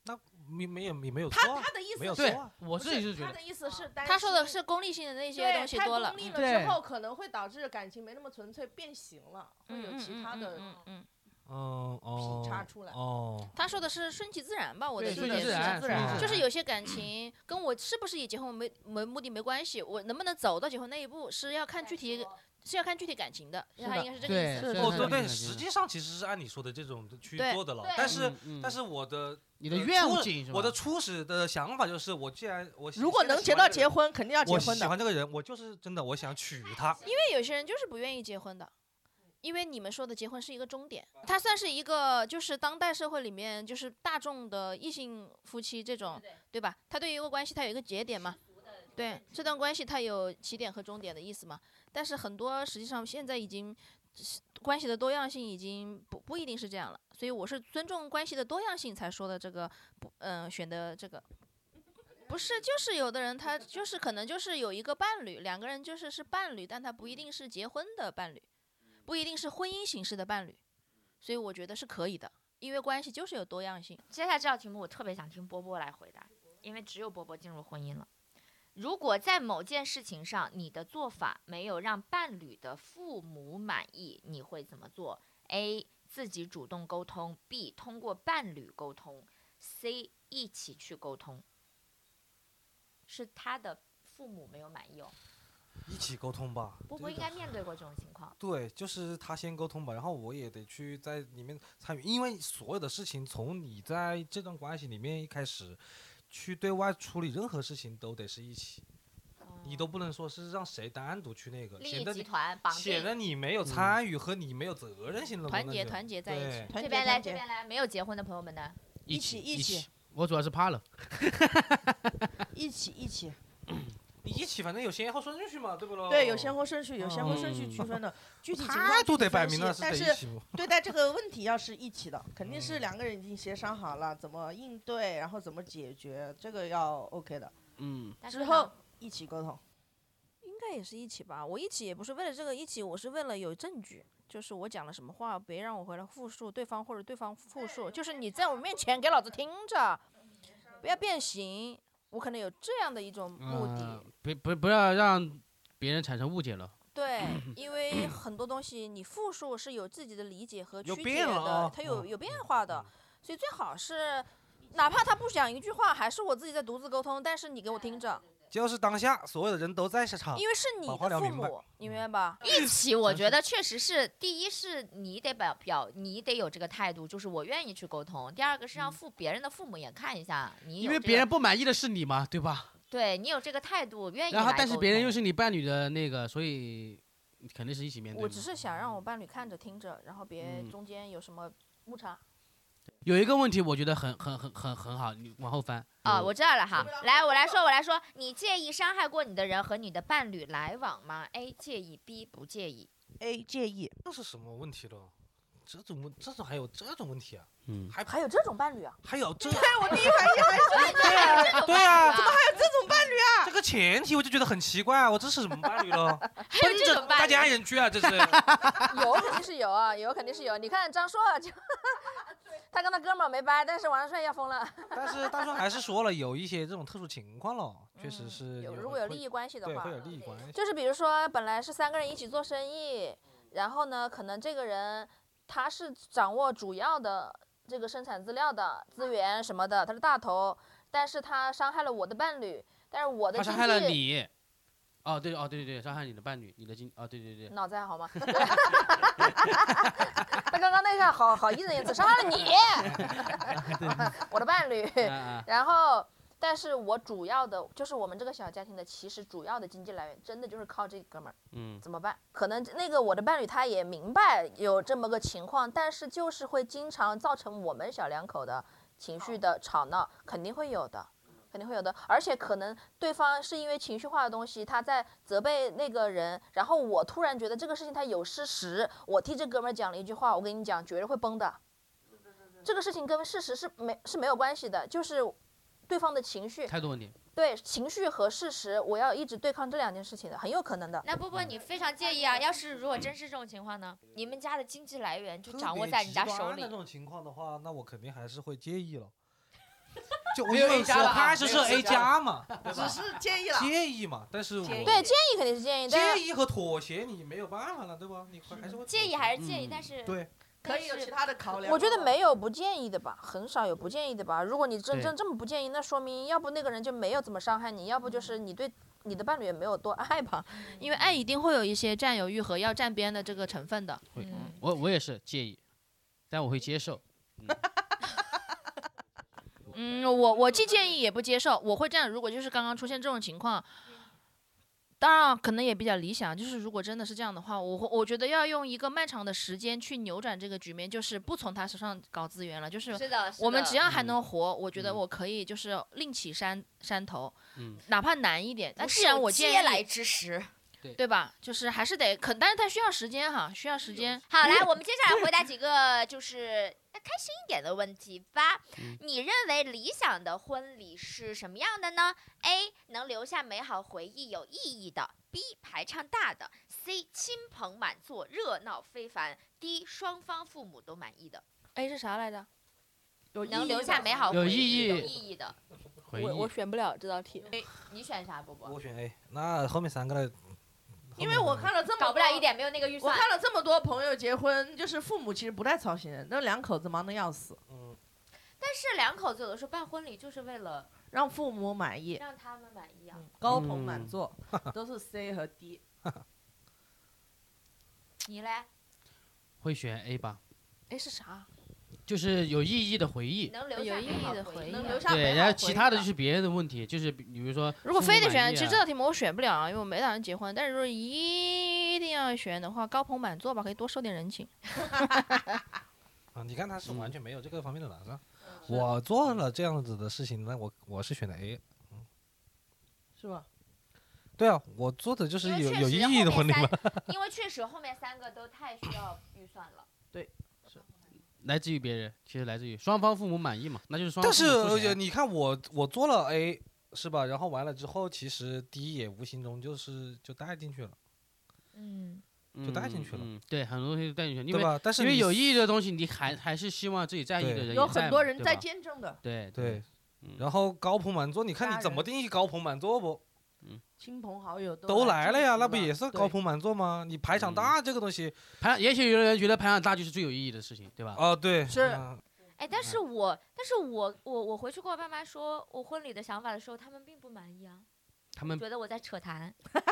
Speaker 2: 那没没有也没有
Speaker 4: 他
Speaker 5: 哦
Speaker 2: 错啊
Speaker 4: 他，的意
Speaker 2: 没有
Speaker 4: 思
Speaker 2: 错
Speaker 3: 对
Speaker 4: 是，
Speaker 2: 啊，
Speaker 3: 我
Speaker 4: 不
Speaker 3: 自己是觉
Speaker 4: 他
Speaker 3: 得
Speaker 4: 的意思是担
Speaker 5: 他说的
Speaker 4: 心
Speaker 5: 是功利性的那些
Speaker 4: 对
Speaker 5: 东西
Speaker 4: 太
Speaker 5: 多
Speaker 4: 功
Speaker 5: 了，
Speaker 4: 利
Speaker 3: 嗯
Speaker 4: 了
Speaker 3: 对
Speaker 4: 之后，可能会导致感情没那么纯粹，变形了，会
Speaker 5: 嗯
Speaker 4: 有
Speaker 5: 嗯
Speaker 4: 其
Speaker 5: 嗯
Speaker 4: 他
Speaker 5: 嗯
Speaker 4: 的
Speaker 5: 嗯嗯，
Speaker 2: 嗯哦，
Speaker 4: 劈叉出来。
Speaker 2: 哦，
Speaker 5: 他说的是顺其自然吧，我的
Speaker 3: 对
Speaker 5: 理
Speaker 3: 顺
Speaker 5: 解
Speaker 3: 其
Speaker 5: 是
Speaker 3: 自
Speaker 5: 这
Speaker 3: 然哎顺
Speaker 5: 样
Speaker 2: 其自
Speaker 5: 就是
Speaker 2: 然
Speaker 5: 有些感情跟我是不是以结婚为为目的没关系，我能不能走到结婚那一步是要看具体是要看具体感情的，
Speaker 3: 是
Speaker 5: 他
Speaker 3: 的
Speaker 5: 应该是这个
Speaker 3: 对
Speaker 5: 意思。啊
Speaker 3: 是
Speaker 2: 哦
Speaker 3: 的
Speaker 2: 对
Speaker 3: 是的是
Speaker 2: 对，
Speaker 3: 的
Speaker 2: 实际上其实是按你说的这种去
Speaker 5: 对
Speaker 2: 做的了
Speaker 1: 对，
Speaker 2: 但是
Speaker 3: 嗯嗯
Speaker 2: 但是我的
Speaker 3: 你的
Speaker 2: 呃
Speaker 3: 愿
Speaker 2: 初
Speaker 3: 景是吧？
Speaker 2: 我的初始的想法就是，我既然我喜
Speaker 4: 如果
Speaker 2: 现在
Speaker 4: 能
Speaker 2: 喜
Speaker 4: 结
Speaker 2: 欢
Speaker 4: 到
Speaker 2: 这个
Speaker 4: 结
Speaker 2: 人
Speaker 4: 婚，肯定要结
Speaker 2: 我
Speaker 4: 婚
Speaker 2: 喜
Speaker 4: 的。
Speaker 2: 欢这个人，我就是真的我想娶她，
Speaker 5: 因为有些人就是不愿意结婚的，因为你们说的结婚是一个终点，它算是一个就是当代社会里面就是大众的异性夫妻这种，对吧？它对于一个关系它有一个节点嘛，对，这段关系它有起点和终点的意思嘛。但是很多实际上现在已经是关系的多样性已经不不一定是这样了，所以我是尊重关系的多样性才说的这个不，嗯、选的这个。不是，就是有的人他就是可能就是有一个伴侣，两个人就是是伴侣，但他不一定是结婚的伴侣，不一定是婚姻形式的伴侣，所以我觉得是可以的，因为关系就是有多样性。
Speaker 1: 接下来这道题目我特别想听波波来回答，因为只有波波进入婚姻了。如果在某件事情上你的做法没有让伴侣的父母满意，你会怎么做？A. 自己主动沟通；B. 通过伴侣沟通；C. 一起去沟通。是他的父母没有满意哦，
Speaker 2: 一起沟通吧。
Speaker 1: 波波应该面对过这种情况。
Speaker 2: 对，就是他先沟通吧，然后我也得去在里面参与，因为所有的事情从你在这段关系里面一开始去对外处理任何事情都得是一起，你都不能说是让谁单独去那个，
Speaker 1: 嗯利
Speaker 2: 显
Speaker 1: 益
Speaker 2: 得
Speaker 1: 集
Speaker 2: 你
Speaker 1: 团绑
Speaker 2: 显
Speaker 1: 定。
Speaker 2: 得你
Speaker 4: 嗯
Speaker 2: 没有参与和你没有责任心了嘛。
Speaker 5: 团结
Speaker 2: 那就
Speaker 5: 团结在一起
Speaker 2: 对
Speaker 4: 团
Speaker 1: 这
Speaker 4: 结
Speaker 1: 边来，
Speaker 4: 团
Speaker 1: 这
Speaker 4: 结
Speaker 1: 边来，没有结婚的朋友们呢？
Speaker 3: 一
Speaker 4: 一
Speaker 3: 起
Speaker 4: 起一起
Speaker 3: 起，我主要是怕了。
Speaker 4: 一起一起，
Speaker 2: 你一起，反正有先后顺序嘛，对不咯？
Speaker 4: 对，有先后顺序，有先后顺
Speaker 3: 嗯
Speaker 4: 序区分的，具体情况
Speaker 2: 态
Speaker 4: 具
Speaker 2: 度
Speaker 4: 体
Speaker 2: 哦得摆
Speaker 4: 分
Speaker 2: 明
Speaker 4: 析
Speaker 2: 了，是
Speaker 4: 但
Speaker 2: 得
Speaker 4: 是
Speaker 2: 一起嘛。
Speaker 4: 对待这个问题要是一起的，肯定是
Speaker 2: 嗯
Speaker 4: 两个人已经协商好了怎么应对，然后怎么解决，这个要 OK 的。
Speaker 3: 嗯，
Speaker 1: 但是
Speaker 4: 之
Speaker 1: 呢
Speaker 4: 后一起沟通，
Speaker 5: 应该也是一起吧，我一起也不是为了这个一起，我是为了有证据，就是我讲了什么话，别让我回来复述对方或者对方复述，就是你在我面前给老子听着，不要变形。我可能有这样的一种目的，
Speaker 3: 呃别不不要让别人产生误解了。
Speaker 5: 对， 因为很多东西你复述是有自己的理解和曲
Speaker 2: 有
Speaker 5: 解
Speaker 2: 变了
Speaker 5: 的
Speaker 2: 啊，
Speaker 5: 它有
Speaker 2: 嗯
Speaker 5: 有变化的，所以最好是，哪怕他不讲一句话，还是我自己在独自沟通，但是你给我听着，
Speaker 2: 就是当下所有的人都在现场，
Speaker 5: 因为是你
Speaker 2: 把话聊
Speaker 5: 的父
Speaker 2: 明白嗯
Speaker 5: 母，你明白吧？
Speaker 1: 一起，我
Speaker 3: 还
Speaker 1: 觉得确实是，第一是你得表表，你得有这个态度，就是我愿意去沟通；第二个是让父别人的父母也看一下你有
Speaker 3: 因为
Speaker 1: 这
Speaker 3: 别
Speaker 1: 个
Speaker 3: 人不满意的是你嘛，对吧？
Speaker 1: 对你有这个态度，愿意
Speaker 3: 然后
Speaker 1: 来
Speaker 3: 但是
Speaker 1: 沟
Speaker 3: 别人
Speaker 1: 通
Speaker 3: 又是你伴侣的那个，所以肯定是一起面对嘛。
Speaker 5: 我只是想让我伴侣看着听着，然后别
Speaker 3: 嗯
Speaker 5: 中间有什么误差。
Speaker 3: 有一个问题，我觉得很很很很很好，你往后翻。
Speaker 1: 啊、
Speaker 3: 有
Speaker 1: 我知道了哈，来，我来说，我来说，你介意伤害过你的人和你的伴侣来往吗？A 介意，B 不介意。
Speaker 4: A 介意，
Speaker 2: 这是什么问题了？这种问，这种还有这种问题啊？
Speaker 3: 嗯，
Speaker 2: 还
Speaker 5: 还有这种伴侣啊？
Speaker 2: 还有这
Speaker 1: 对 啊，
Speaker 2: 对啊
Speaker 1: 怎么还
Speaker 4: 啊
Speaker 2: 这个前提我就觉得很奇怪啊！我这是什么伴侣 了？
Speaker 1: 还有这种
Speaker 2: 大
Speaker 1: 伴侣？
Speaker 2: 家人居啊，这是
Speaker 5: 有肯定是有啊，有肯定是有。你看张硕啊就， 他跟他哥们儿没掰，但是王帅要疯了。
Speaker 2: 但是大叔还是说了，有一些这种特殊情况了，确实是
Speaker 5: 嗯有如果有利
Speaker 2: 益
Speaker 5: 益关系的
Speaker 2: 对
Speaker 5: 话
Speaker 2: 会，有利益关系。
Speaker 5: 就是比如说，本来是三个人一起做生意，然后呢，可能这个人他是掌握主要的这个生产资料的资源什么的，他是大头，但是他伤害了我的伴侣，但是我的
Speaker 3: 他
Speaker 5: 经
Speaker 3: 伤害了
Speaker 5: 济
Speaker 3: 你。哦，对，哦，对对对，伤害你的伴侣，你的经，哦，对对对，
Speaker 5: 脑子还好吗？ 他刚刚那下好好义正言辞伤害 了你，我的伴侣，
Speaker 3: 啊啊，
Speaker 5: 然后。但是我主要的就是我们这个小家庭的，其实主要的经济来源真的就是靠这哥们儿。
Speaker 3: 嗯，
Speaker 5: 怎么办？可能那个我的伴侣他也明白有这么个情况，但是就是会经常造成我们小两口的情绪的吵闹，肯定会有的，肯定会有的。而且可能对方是因为情绪化的东西，他在责备那个人，然后我突然觉得这个事情他有事实，我替这哥们儿讲了一句话，我跟你讲，绝对会崩的。这个事情跟事实是没是没有关系的，就是对方的情绪，
Speaker 3: 态度问题，
Speaker 5: 对情绪和事实，我要一直对抗这两件事情的，很有可能的。
Speaker 1: 那波波，你非常介意啊？要是如果真是这种情况呢？你们家的经济来源就
Speaker 2: 特
Speaker 1: 掌握
Speaker 2: 别
Speaker 1: 在你
Speaker 2: 极
Speaker 1: 家
Speaker 2: 端
Speaker 1: 手
Speaker 2: 的
Speaker 1: 里
Speaker 2: 这，种情况的话，那我肯定还是会介意了。就我
Speaker 3: 没
Speaker 2: 就
Speaker 3: 有 A
Speaker 2: 是
Speaker 3: 加
Speaker 2: 说
Speaker 1: 啊
Speaker 3: 吧
Speaker 2: 他就是
Speaker 3: 没有
Speaker 2: A 加嘛，对
Speaker 4: 只
Speaker 2: 吧？
Speaker 4: 是建议了。
Speaker 2: 介意嘛，但是我
Speaker 4: 建议
Speaker 8: 对，建议肯定是建议，但
Speaker 2: 介意和妥协你没有办法了，对吧？你还还是会
Speaker 1: 介意还是介意，但是
Speaker 2: 对
Speaker 4: 可以有其他的考量。
Speaker 8: 我觉得没有不建议的吧，很少有不建议的吧。如果你真
Speaker 3: 对
Speaker 8: 正这么不建议，那说明要不那个人就没有怎么伤害你，要不就是你对你的伴侣也没有多爱吧。
Speaker 5: 因为爱一定会有一些占有欲和要站边的这个成分的。
Speaker 3: 会，我我也是介意，但我会接受。
Speaker 5: 嗯，我我既建议也不接受，我会这样。如果就是刚刚出现这种情况，当然可能也比较理想，就是如果真的是这样的话，我会我觉得要用一个漫长的时间去扭转这个局面，就是不从他手上搞资源了，就是
Speaker 1: 是的，是
Speaker 5: 我们
Speaker 1: 的
Speaker 5: 只要还
Speaker 3: 嗯
Speaker 5: 能活，我觉得
Speaker 3: 嗯
Speaker 5: 我可以就是另起山山头，
Speaker 3: 嗯，
Speaker 5: 哪怕难一点。但
Speaker 1: 不
Speaker 5: 既然
Speaker 1: 受
Speaker 5: 我
Speaker 1: 嗟
Speaker 5: 建
Speaker 1: 来
Speaker 5: 议，
Speaker 1: 之食。
Speaker 5: 对吧？就是还是得肯，但是他需要时间哈，需要
Speaker 8: 哎
Speaker 5: 时间。
Speaker 1: 好， 来，我们接下来回答几个就是呃开心一点的问题吧。
Speaker 3: 嗯
Speaker 1: 你认为理想的婚礼是什么样的呢？A. 能留下美好回忆、有意义的；B. 排场大的；C. 亲朋满座、热闹非凡；D. 双方父母都满意的。
Speaker 8: A 哎是啥来着？
Speaker 1: 能留下美好
Speaker 3: 有
Speaker 1: 回忆、
Speaker 3: 意
Speaker 1: 有
Speaker 3: 义
Speaker 1: 意义的，
Speaker 3: 回忆
Speaker 8: 我我选不了这道题。
Speaker 1: 你选啥，波波？
Speaker 2: 我选 A，那后面三个呢？
Speaker 4: 因为我看了这么多
Speaker 1: 搞不了一，点，没有那个预
Speaker 4: 我
Speaker 1: 算。
Speaker 4: 看了这么多朋友结婚，就是父母其实不太操心，那两口子忙得要死，
Speaker 2: 嗯，
Speaker 1: 但是两口子有的时候办婚礼就是为了
Speaker 4: 让父母满意，
Speaker 1: 让他们满意啊。
Speaker 4: 高朋
Speaker 3: 嗯
Speaker 4: 满座，都是 C 和 D。
Speaker 1: 你嘞？
Speaker 3: 会选 A 吧，
Speaker 8: A 哎是啥？
Speaker 3: 就是有意义的回忆。
Speaker 1: 能留
Speaker 5: 有
Speaker 1: 下
Speaker 5: 意
Speaker 1: 美
Speaker 5: 义
Speaker 1: 好
Speaker 5: 的回
Speaker 1: 回
Speaker 5: 忆
Speaker 1: 忆
Speaker 5: 能
Speaker 1: 的
Speaker 4: 留下
Speaker 3: 对，
Speaker 4: 美
Speaker 3: 然
Speaker 4: 好
Speaker 3: 后
Speaker 4: 回
Speaker 3: 其
Speaker 4: 忆
Speaker 3: 他
Speaker 4: 吧
Speaker 3: 的就是别人的问题，就是比比如说
Speaker 5: 如果非得
Speaker 3: 父母满
Speaker 5: 选，
Speaker 3: 意
Speaker 5: 其实
Speaker 3: 啊
Speaker 5: 这道题目我选不了啊，因为我没打算结婚。但是如果一定要选的话，高朋满座吧，可以多受点人情。
Speaker 2: 啊，你看他是
Speaker 3: 嗯
Speaker 2: 完全没有这个方面的打算。
Speaker 1: 嗯
Speaker 2: 我做了这样子的事情，那我我是选的 A。
Speaker 4: 是吧？
Speaker 2: 对啊，我做的就是
Speaker 1: 因为
Speaker 2: 有
Speaker 1: 确
Speaker 2: 有
Speaker 1: 实
Speaker 2: 意
Speaker 1: 后
Speaker 2: 义的
Speaker 1: 面
Speaker 2: 婚礼
Speaker 1: 三
Speaker 2: 嘛。
Speaker 1: 因为确实后面三个都太需要预算了。
Speaker 3: 来自于别人，其实来自于双方父母满意嘛，那就是双方
Speaker 2: 但
Speaker 3: 父
Speaker 2: 是
Speaker 3: 母出
Speaker 2: 呃
Speaker 3: 钱
Speaker 2: 你看我我做了 A 是吧？然后完了之后，其实 D 也无形中就是就带进去了，
Speaker 1: 嗯，
Speaker 2: 就带进去了
Speaker 3: 嗯嗯对，很多东西都带进去，因
Speaker 2: 对
Speaker 3: 为
Speaker 2: 吧？但是
Speaker 3: 因为
Speaker 2: 你
Speaker 3: 有意义的东西，你还还是希望自己在意的
Speaker 2: 对
Speaker 3: 人
Speaker 4: 有
Speaker 3: 也
Speaker 4: 很
Speaker 3: 嘛
Speaker 4: 多人
Speaker 3: 对
Speaker 4: 在
Speaker 3: 吧
Speaker 4: 见证的，
Speaker 3: 对
Speaker 2: 对，
Speaker 3: 嗯
Speaker 2: 然后高朋满座，你看
Speaker 4: 家
Speaker 2: 你怎么定义高朋满座不？
Speaker 4: 亲朋好友都
Speaker 2: 都来了呀，
Speaker 4: 祝福
Speaker 2: 那不也是高？朋满座吗？你排场
Speaker 3: 嗯
Speaker 2: 大这个东西，
Speaker 3: 排，也许有的人觉得排场大就是最有意义的事情，对吧？
Speaker 2: 哦，对，
Speaker 4: 是
Speaker 2: 嗯
Speaker 1: 哎，但是我，但是我，我，我回去跟我爸妈说我婚礼的想法的时候，他们并不满意啊，
Speaker 3: 他们
Speaker 1: 觉得我在扯谈，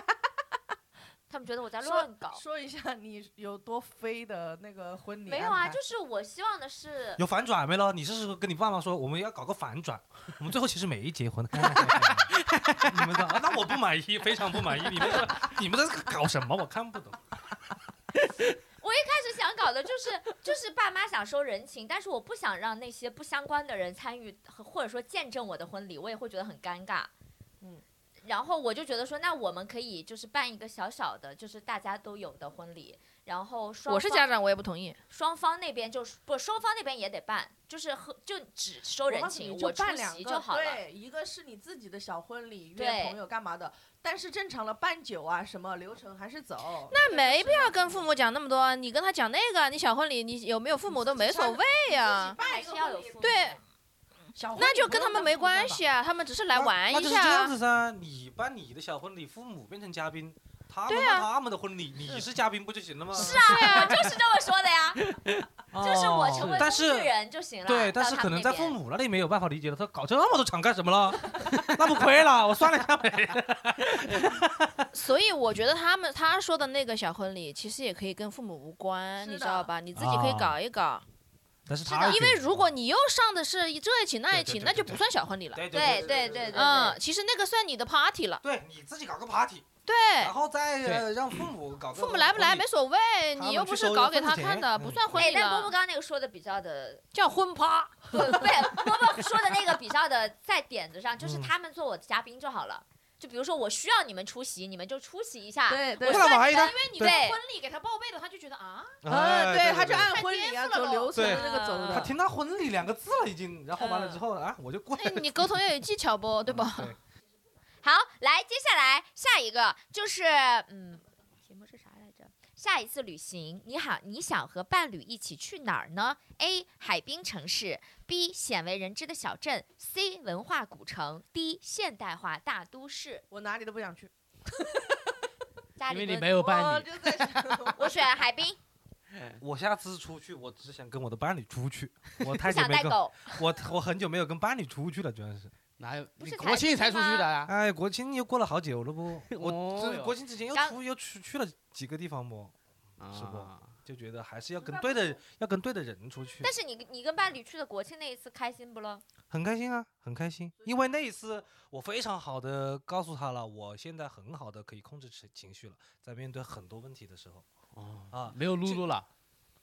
Speaker 1: 他们觉得我在
Speaker 4: 说
Speaker 1: 乱
Speaker 4: 对
Speaker 1: 搞。
Speaker 4: 说一下你有多飞的那个婚礼
Speaker 1: 没有啊，
Speaker 4: 安排
Speaker 1: 就是我希望的是，
Speaker 2: 有反转没了？你是不是跟你爸妈说我们要搞个反转？我们最后其实没 结婚， 你们的、啊那我不满意，非常不满意。你们你们在搞什么？我看不懂。
Speaker 1: 我一开始想搞的就是，就是爸妈想收人情，但是我不想让那些不相关的人参与和或者说见证我的婚礼，我也会觉得很尴尬。
Speaker 4: 嗯，
Speaker 1: 然后我就觉得说，那我们可以就是办一个小小的，就是大家都有的婚礼，然后双
Speaker 5: 我是
Speaker 1: 方
Speaker 5: 家长，我也不同意。
Speaker 1: 双方那边就是不，双方那边也得办，就是和就只收
Speaker 4: 我
Speaker 1: 人
Speaker 4: 告诉
Speaker 1: 情，
Speaker 4: 你
Speaker 1: 我
Speaker 4: 就
Speaker 1: 出
Speaker 4: 办两
Speaker 1: 席
Speaker 4: 个
Speaker 1: 就好了。
Speaker 4: 对，一个是你自己的小婚礼，
Speaker 1: 对
Speaker 4: 约朋友干嘛的，但是正常的办酒啊什么流程还是走。
Speaker 5: 那没必要跟父母讲那么多啊，你跟他讲那个，你小婚礼你有没有父母都没所谓呀、
Speaker 4: 办
Speaker 1: 还
Speaker 4: 一
Speaker 1: 是
Speaker 4: 个
Speaker 1: 要
Speaker 4: 婚
Speaker 1: 有
Speaker 4: 礼
Speaker 1: 父母
Speaker 5: 对
Speaker 1: 的
Speaker 4: 小婚礼
Speaker 5: 那就
Speaker 4: 不用
Speaker 5: 跟他们
Speaker 4: 当
Speaker 5: 没
Speaker 4: 父母
Speaker 5: 关
Speaker 4: 办吧。
Speaker 5: 系啊，他们只是来玩
Speaker 2: 那
Speaker 5: 一
Speaker 2: 就是这
Speaker 5: 下
Speaker 2: 样
Speaker 5: 啊。
Speaker 2: 子噻，你办你的小婚礼，父母变成嘉宾，他们
Speaker 5: 对
Speaker 2: 办
Speaker 5: 啊
Speaker 2: 他们的婚礼，你是嘉宾不就行了吗？
Speaker 1: 是啊，我就是这么说的 呀，就是我成为
Speaker 2: 哦
Speaker 1: 工
Speaker 2: 但
Speaker 1: 具
Speaker 2: 是
Speaker 1: 人就行了。
Speaker 2: 对，但
Speaker 1: 到
Speaker 2: 是
Speaker 1: 他
Speaker 2: 可
Speaker 1: 们
Speaker 2: 能
Speaker 1: 那
Speaker 2: 在父
Speaker 1: 边
Speaker 2: 母那里没有办法理解了，他搞这么多场干什么了？ 那不亏了？我算了一下没，
Speaker 5: 所以我觉得他们他说的那个小婚礼，其实也可以跟父母无关，
Speaker 4: 是
Speaker 5: 你知
Speaker 4: 的
Speaker 5: 道吧？你自己可以
Speaker 2: 啊
Speaker 5: 搞一搞，
Speaker 2: 但是
Speaker 1: 是的
Speaker 2: 他
Speaker 5: 因为如果你又上的是一这一起那
Speaker 2: 对对
Speaker 5: 一起，
Speaker 2: 对
Speaker 5: 那
Speaker 2: 对
Speaker 5: 就不
Speaker 2: 对
Speaker 5: 算小婚礼了。
Speaker 2: 对
Speaker 1: 对对
Speaker 2: 对
Speaker 1: 对对，
Speaker 5: 嗯，其实那个算你的 party 了。
Speaker 2: 对你自己搞个 party，
Speaker 5: 对，
Speaker 2: 然后再
Speaker 3: 对
Speaker 2: 呃让父母搞个
Speaker 5: 父母来不来
Speaker 2: 婚礼
Speaker 5: 没所谓，
Speaker 2: 他
Speaker 5: 你
Speaker 2: 们
Speaker 5: 又
Speaker 2: 去
Speaker 5: 不是
Speaker 2: 收
Speaker 5: 搞
Speaker 2: 人
Speaker 5: 给
Speaker 2: 份
Speaker 5: 他
Speaker 2: 子
Speaker 5: 看
Speaker 2: 钱
Speaker 5: 的，不
Speaker 2: 嗯
Speaker 5: 算婚
Speaker 1: 哎，
Speaker 5: 礼
Speaker 1: 但波波
Speaker 5: 了，
Speaker 1: 刚刚那个说的比较的，
Speaker 5: 叫婚趴。
Speaker 1: 不不，波波说的那个比较的在点子上，就是
Speaker 2: 嗯
Speaker 1: 他们做我的嘉宾就好了。就比如说我需要你们出席，你们就出席一下。
Speaker 4: 对
Speaker 2: 不
Speaker 4: 对
Speaker 2: 然玩一单，
Speaker 5: 为你
Speaker 1: 对
Speaker 5: 的婚礼给他报备了，他就觉得啊，
Speaker 4: 嗯，对，他就
Speaker 2: 哎对
Speaker 4: 按
Speaker 5: 太
Speaker 4: 婚
Speaker 5: 颠
Speaker 4: 礼啊
Speaker 5: 覆了
Speaker 4: 走
Speaker 5: 咯
Speaker 4: 流程
Speaker 2: 对
Speaker 4: 的那个走
Speaker 5: 啊
Speaker 2: 他
Speaker 4: 的。
Speaker 2: 听到“婚礼”两个字了已经，然后完了之后啊，我就过来
Speaker 5: 哎，你沟通要有 技巧
Speaker 2: 嗯
Speaker 5: 不，对吧？
Speaker 2: 对，
Speaker 1: 好，来，接下来下一个就是，嗯，题目是啥来着？下一次旅行，你好，你想和伴侣一起去哪儿呢？A. 海滨城市 B 鲜为人知的小镇，C 文化古城，D 现代化大都市。
Speaker 4: 我哪里都不想去。
Speaker 1: 家里
Speaker 3: 因为你
Speaker 1: 蹲
Speaker 3: 没有
Speaker 4: 我
Speaker 3: 伴侣，
Speaker 4: 就在想，
Speaker 1: 我选海 滨，
Speaker 2: 我下次出去，我只想跟我的伴侣 出去。我
Speaker 1: 不
Speaker 2: 太久
Speaker 1: 想
Speaker 2: 没
Speaker 1: 带
Speaker 2: 跟
Speaker 1: 狗。
Speaker 2: 我我很久没有跟伴侣出去了，主要 是。
Speaker 3: 哪有？
Speaker 1: 不
Speaker 3: 你
Speaker 1: 是
Speaker 3: 国
Speaker 1: 才
Speaker 3: 庆
Speaker 1: 去
Speaker 3: 才出去
Speaker 1: 吗
Speaker 3: 的啊？
Speaker 2: 哎，国庆又过了好久 了不？我
Speaker 3: 哦
Speaker 2: 这
Speaker 3: 哟
Speaker 2: 国庆之前又
Speaker 1: 刚
Speaker 2: 出又去去了几个地方不，是不
Speaker 3: 啊
Speaker 2: 就觉得还是要跟对的要跟对的人出去
Speaker 1: 但，是你你跟伴侣去的国庆那一次开心不咯？
Speaker 2: 很开心啊，很开心。因为那一次我非常好的告诉他了，我现在很好的可以控制情情绪了，在面对很多问题的时候
Speaker 3: 哦
Speaker 2: 啊，
Speaker 3: 没有露
Speaker 2: 这
Speaker 3: 露了，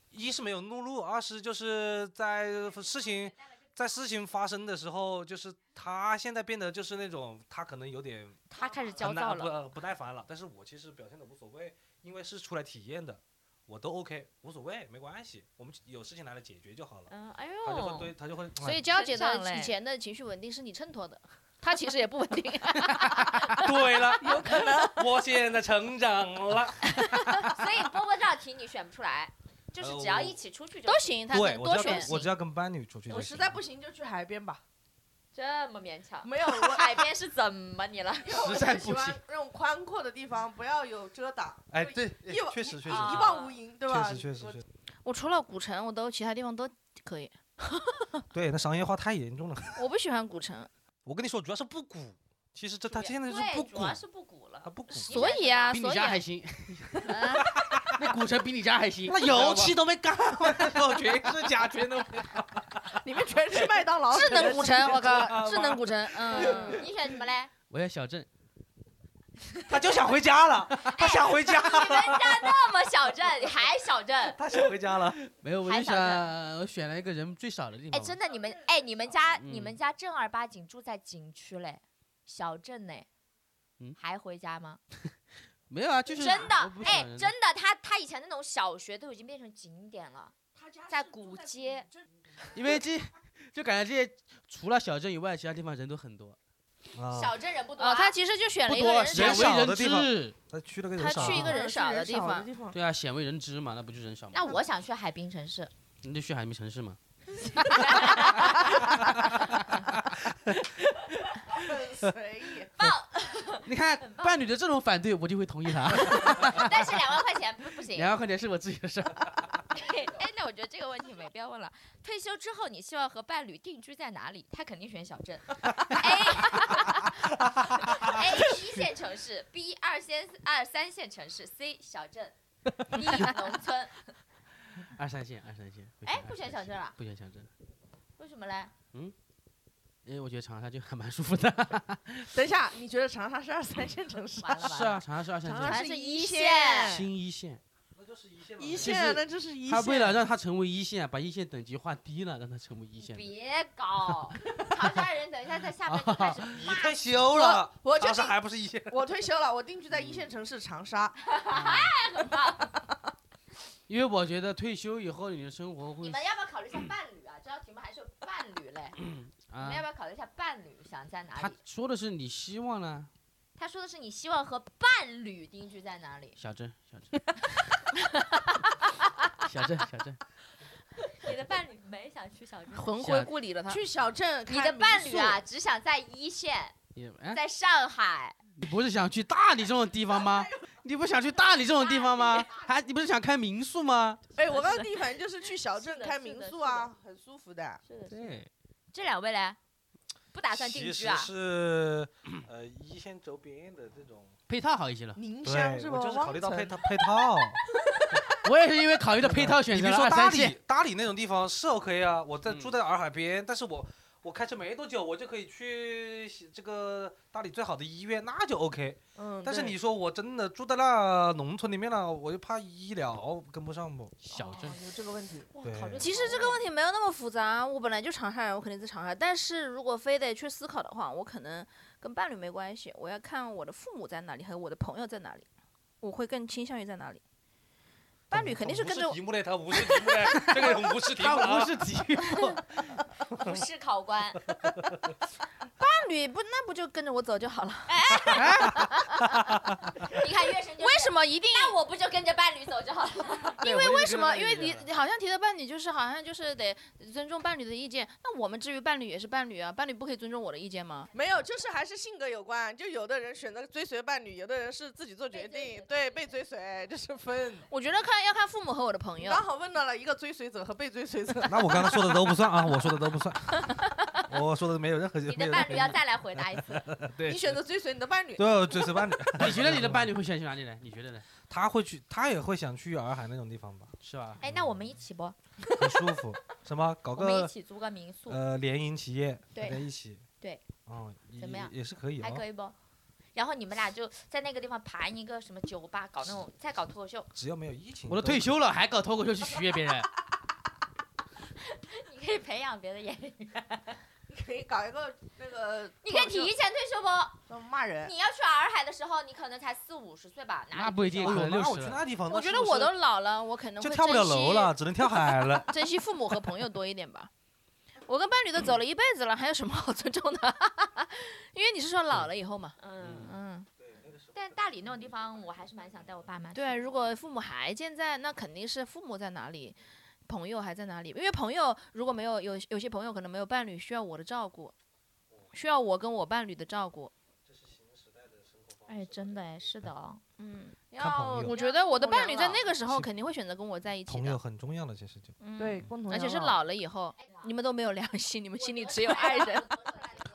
Speaker 2: 一是没有怒路，二是就是在事情在事情发生的时候，就是他现在变得就是那种他可能有点
Speaker 1: 他开始焦
Speaker 2: 很
Speaker 1: 躁
Speaker 2: 难
Speaker 1: 了，
Speaker 2: 不不耐烦了。但是我其实表现的无所谓，因为是出来体验的，我都 OK，无所谓，没关系，我们有事情来了解决就好了。
Speaker 1: 嗯，哎
Speaker 2: 他就会
Speaker 1: 呦，
Speaker 2: 对，他就会。
Speaker 6: 所以娇姐
Speaker 1: 成长
Speaker 6: 的
Speaker 1: 嘞
Speaker 6: 以前的情绪稳定是你衬 托的，她其实也不稳定。
Speaker 2: 哎对了，有可能我现在成长了。
Speaker 1: 所以波波这道题你选不出来，就是
Speaker 2: 呃
Speaker 1: 只要
Speaker 2: 我
Speaker 1: 一起出去就
Speaker 6: 都
Speaker 1: 行，
Speaker 6: 行，他
Speaker 2: 对，
Speaker 6: 能
Speaker 2: 我只
Speaker 6: 多
Speaker 2: 要
Speaker 6: 选
Speaker 2: 跟我只要跟班女出去就行。
Speaker 4: 我实在不行就去海边吧。
Speaker 1: 这么勉强。
Speaker 4: 没 有，我
Speaker 1: 海边是怎么你了？
Speaker 4: 因为我
Speaker 2: 实在
Speaker 4: 很喜
Speaker 2: 不
Speaker 4: 欢
Speaker 2: 行
Speaker 4: 那种宽阔的地方，不要有遮挡，
Speaker 2: 哎，
Speaker 4: 就
Speaker 2: 对，
Speaker 4: 一
Speaker 2: 哎确实确实，
Speaker 4: 一
Speaker 1: 啊
Speaker 4: 望无垠，对
Speaker 2: 确
Speaker 4: 吧？
Speaker 2: 实确实确
Speaker 4: 我
Speaker 2: 实，
Speaker 6: 我除了古城，我都其他地方都可以。
Speaker 2: 对，那商业化太严重了。
Speaker 6: 我不喜欢古城，
Speaker 2: 我跟你说，主要是不鼓，其实这他
Speaker 1: 主要
Speaker 2: 现在是
Speaker 1: 对，
Speaker 2: 不
Speaker 1: 主
Speaker 2: 鼓，
Speaker 1: 要是不鼓了
Speaker 2: 他。不鼓。
Speaker 6: 所以啊，
Speaker 3: 比你
Speaker 6: 所以
Speaker 3: 家
Speaker 6: 啊
Speaker 3: 还行。那古城比你家还行。
Speaker 2: 那油漆都没干，我全是甲醛都。
Speaker 4: 里面全是麦当劳。
Speaker 6: 智能古城，我 靠，
Speaker 2: 吧
Speaker 6: 智能古城，嗯，
Speaker 1: 你选什么嘞？
Speaker 3: 我要小镇，
Speaker 2: 他就想回家了，他想回家，
Speaker 1: 你们家那么小镇，你还小镇？
Speaker 2: 他想回家了。
Speaker 3: 没有，我
Speaker 1: 还
Speaker 3: 就
Speaker 1: 小
Speaker 3: 想
Speaker 1: 镇
Speaker 3: 我选了一个人最少的地
Speaker 1: 哎，
Speaker 3: 方。
Speaker 1: 真的，你们哎，你们家、你
Speaker 3: 嗯
Speaker 1: 们家正儿八经住在景区嘞，小镇嘞，
Speaker 3: 嗯
Speaker 1: 还回家吗？
Speaker 3: 没有啊，就是
Speaker 1: 真的
Speaker 3: 我不，喜
Speaker 1: 哎
Speaker 3: 欢，人
Speaker 1: 真的，他他以前那种小学都已经变成景点了，在古街。
Speaker 3: 因为这就感觉这些除了小镇以外，其他地方人都很多，啊
Speaker 2: 啊，
Speaker 1: 小镇人不多、
Speaker 6: 哦，他其实就选了一
Speaker 2: 不
Speaker 6: 个
Speaker 2: 多
Speaker 6: 人
Speaker 2: 人
Speaker 6: 少
Speaker 2: 少
Speaker 3: 为人
Speaker 2: 的地方
Speaker 3: 知。
Speaker 2: 他去了个
Speaker 6: 他
Speaker 2: 人少
Speaker 6: 去
Speaker 2: 的
Speaker 6: 一
Speaker 2: 地
Speaker 6: 个
Speaker 2: 方啊
Speaker 4: 哦
Speaker 6: 人少的地方。
Speaker 4: 地方。
Speaker 3: 对啊，鲜为人知嘛，那不就是人少
Speaker 1: 那
Speaker 3: 嘛？
Speaker 1: 我想去海滨城市，
Speaker 3: 那就去海滨城市嘛。
Speaker 4: 很随意，
Speaker 3: 你看伴侣的这种反对，我就会同意他。
Speaker 1: 但是两万块钱不不行。
Speaker 3: 两万块钱是我自己的事儿。
Speaker 1: 哎，那我觉得这个问题没必要问了。退休之后，你希望和伴侣定居在哪里？他肯定选小镇。A A 一线城市，B 二线二三线城市，C 小镇，D 农村。
Speaker 3: 二三线，二三线。不
Speaker 1: 哎，
Speaker 3: 二
Speaker 1: 不选
Speaker 3: 三
Speaker 1: 小
Speaker 3: 线
Speaker 1: 镇了，
Speaker 3: 不选小镇，
Speaker 1: 为什么嘞？
Speaker 3: 因为我觉得长沙就还蛮舒服的。
Speaker 4: 等一下，你觉得长沙是二三线城市？
Speaker 1: 完了完
Speaker 3: 是
Speaker 1: 了，
Speaker 3: 啊，长沙是二三
Speaker 4: 长
Speaker 3: 线。
Speaker 4: 沙
Speaker 1: 还
Speaker 4: 是
Speaker 1: 是
Speaker 4: 一
Speaker 1: 一
Speaker 4: 线
Speaker 1: 线
Speaker 3: 新一线，
Speaker 4: 一
Speaker 3: 就
Speaker 4: 线
Speaker 3: 是
Speaker 4: 那就是一线。
Speaker 3: 他为了让他成为一线，把一线等级划低了，让他成为一线的。
Speaker 1: 别搞，长沙人等一下在下面就开始
Speaker 2: 你
Speaker 1: 骂
Speaker 2: 退休了
Speaker 4: 我，我就
Speaker 2: 当时
Speaker 4: 定
Speaker 2: 还不是一线。
Speaker 4: 我退休了，我定居在一线城市长沙。
Speaker 3: 因为我觉得退休以后你的生活
Speaker 1: 你
Speaker 3: 会
Speaker 1: 们要不要考虑一下伴侣啊？这道题目还是有伴侣嘞，你们要
Speaker 3: 啊
Speaker 1: 不，要考虑一下伴侣想在哪
Speaker 3: 他
Speaker 1: 里？
Speaker 3: 说的是你希望呢，
Speaker 1: 他说的是你希望和伴侣定居在哪里？
Speaker 3: 小郑，小 郑，小郑，小郑，
Speaker 1: 你的伴侣没想去小镇
Speaker 6: 魂
Speaker 3: 下
Speaker 6: 归故里了他。
Speaker 4: 去小镇看
Speaker 1: 你的伴
Speaker 4: 民
Speaker 1: 侣
Speaker 4: 宿
Speaker 1: 啊，，只想在一线，
Speaker 3: 你哎，
Speaker 1: 在上海。
Speaker 3: 你不是想去大理这种地方吗？你不想去大理这种地方吗？还你不是想开民宿吗？
Speaker 4: 哎，我刚刚第一反应就是去小镇
Speaker 1: 是的
Speaker 4: 开
Speaker 1: 是
Speaker 4: 民
Speaker 1: 的
Speaker 4: 宿
Speaker 1: 是
Speaker 4: 啊，很舒服的。
Speaker 1: 是的，
Speaker 3: 对，
Speaker 1: 这两位嘞，不打算定居啊？
Speaker 2: 其实是呃一线周边的这种，
Speaker 3: 配套好一些了。
Speaker 4: 宁乡
Speaker 2: 对，
Speaker 4: 吧？
Speaker 2: 我就是考虑到
Speaker 4: 汪
Speaker 2: 配
Speaker 4: 曾
Speaker 2: 套配套。
Speaker 3: 我也是因为考虑到配套选
Speaker 2: 你
Speaker 3: 择
Speaker 2: 别
Speaker 3: 了
Speaker 2: 说
Speaker 3: 二
Speaker 2: 大
Speaker 3: 三线。
Speaker 2: 理，大理那种地方是 OK 啊，我在
Speaker 3: 嗯
Speaker 2: 住在洱海边，但是我我开车没多久，我就可以去西这个大理最好的医院，那就 OK。
Speaker 4: 嗯，
Speaker 2: 但是
Speaker 4: 对
Speaker 2: 你说我真的住在那农村里面了，我就怕医疗跟不上不。
Speaker 3: 小
Speaker 4: 哦
Speaker 3: 镇，
Speaker 4: 有这个问题，
Speaker 1: 哇
Speaker 2: 对
Speaker 1: 考虑
Speaker 2: 其
Speaker 5: 其实这个问题没有那么复杂，啊我本来就长沙人，我肯定是长沙。但是如果非得去思考的话，我可能跟伴侣没关系，我要看我的父母在哪里和我的朋友在哪里，我会更倾向于在哪里。伴侣肯定是跟着
Speaker 2: 无视题目嘞，他无视题目嘞，这个
Speaker 3: 啊
Speaker 2: 人无视题目
Speaker 3: 他
Speaker 2: 啊
Speaker 3: 不。是体育，
Speaker 1: 不是考官，
Speaker 5: 伴侣不那不就跟着我走就好了？
Speaker 1: 你看月神 就
Speaker 9: 为什么一定？
Speaker 1: 那我不就跟着伴侣走就好了？
Speaker 9: 因为为什么？因为你 你好像提的伴侣就是好像就是得尊重伴侣的意见。那我们至于伴侣也是伴侣啊，伴侣不可以尊重我的意见吗？
Speaker 4: 没有，就是还是性格有关。就有的人选择追随伴侣，有的人是自己做决定，对，被追随，这是分。
Speaker 9: 我觉得看要看父母和我的朋友
Speaker 4: 刚。好问到了一个追随者和被追随者。
Speaker 2: 那我刚刚说的都不算啊，我说的都不算，我说的没有任何
Speaker 1: 你的
Speaker 2: 没有
Speaker 1: 伴侣要
Speaker 2: 任
Speaker 1: 再来回答一次，
Speaker 2: 何对
Speaker 4: 你选择追随你的伴侣，
Speaker 2: 对追随伴侣，
Speaker 3: 你觉得你的伴侣会想去哪里呢？你觉得呢？
Speaker 2: 他会去，他也会想去洱海那种地方吧，
Speaker 3: 是吧？
Speaker 1: 哎，那我们一起不？
Speaker 2: 很舒服。什么搞
Speaker 1: 我们一
Speaker 2: 个
Speaker 1: 起租个民宿，
Speaker 2: 呃联营企业
Speaker 1: 对
Speaker 2: 大家一起
Speaker 1: 对，
Speaker 2: 哦，
Speaker 1: 怎么样
Speaker 2: 也也是可以
Speaker 1: 还
Speaker 2: 啊。
Speaker 1: 可以不？然后你们俩就在那个地方盘一个什么酒吧，搞那种再搞脱口秀，
Speaker 2: 只要没有疫情，
Speaker 3: 我都退
Speaker 2: 可以
Speaker 3: 休了，还搞脱口秀去取悦别 人，
Speaker 1: 你可以培养别的演员，
Speaker 4: 你可以搞一个那个，
Speaker 1: 你可以提前退休不？
Speaker 4: 就骂人。
Speaker 1: 你要去洱海的时候，你可能才四五十岁吧，哪
Speaker 3: 那
Speaker 1: 里嗯
Speaker 3: 不一定，
Speaker 2: 哎
Speaker 3: 可
Speaker 2: 呦，
Speaker 3: 能六
Speaker 2: 那我
Speaker 3: 十
Speaker 2: 去
Speaker 3: 了。
Speaker 2: 那地方，
Speaker 5: 我
Speaker 2: 那
Speaker 5: 觉
Speaker 2: 是
Speaker 5: 得
Speaker 2: 不
Speaker 5: 我
Speaker 2: 是
Speaker 5: 都老了，我可能
Speaker 2: 就
Speaker 5: 会
Speaker 2: 跳不了
Speaker 5: 珍惜
Speaker 2: 楼了，只能跳海了。
Speaker 5: 珍惜父母和朋友多一点吧。我跟伴侣都走了一辈子了，还有什么好尊重的？ 因为你是说老了以后嘛。
Speaker 1: 嗯，
Speaker 5: 嗯，
Speaker 1: 但大理那种地方，我还是蛮想带我爸妈去。
Speaker 5: 对，如果父母还健在，那肯定是父母在哪里，朋友还在哪里。因为朋友如果没有有有些朋友可能没有伴侣，需要我的照顾，需要我跟我伴侣的照顾。
Speaker 1: 哎，真的哎，是的哦。
Speaker 5: 嗯，
Speaker 2: 看朋
Speaker 4: 要
Speaker 2: 友
Speaker 5: 我觉得我的
Speaker 4: 公园
Speaker 5: 伴侣在
Speaker 4: 了
Speaker 5: 那个时候
Speaker 2: 是
Speaker 5: 肯定会选择跟我在一起
Speaker 2: 朋友
Speaker 5: 的。
Speaker 2: 很重要的，其实就
Speaker 5: 嗯，
Speaker 4: 对，共同
Speaker 5: 而且是
Speaker 4: 养
Speaker 5: 老了以后，你们都没有良心，你们心里只有爱 人。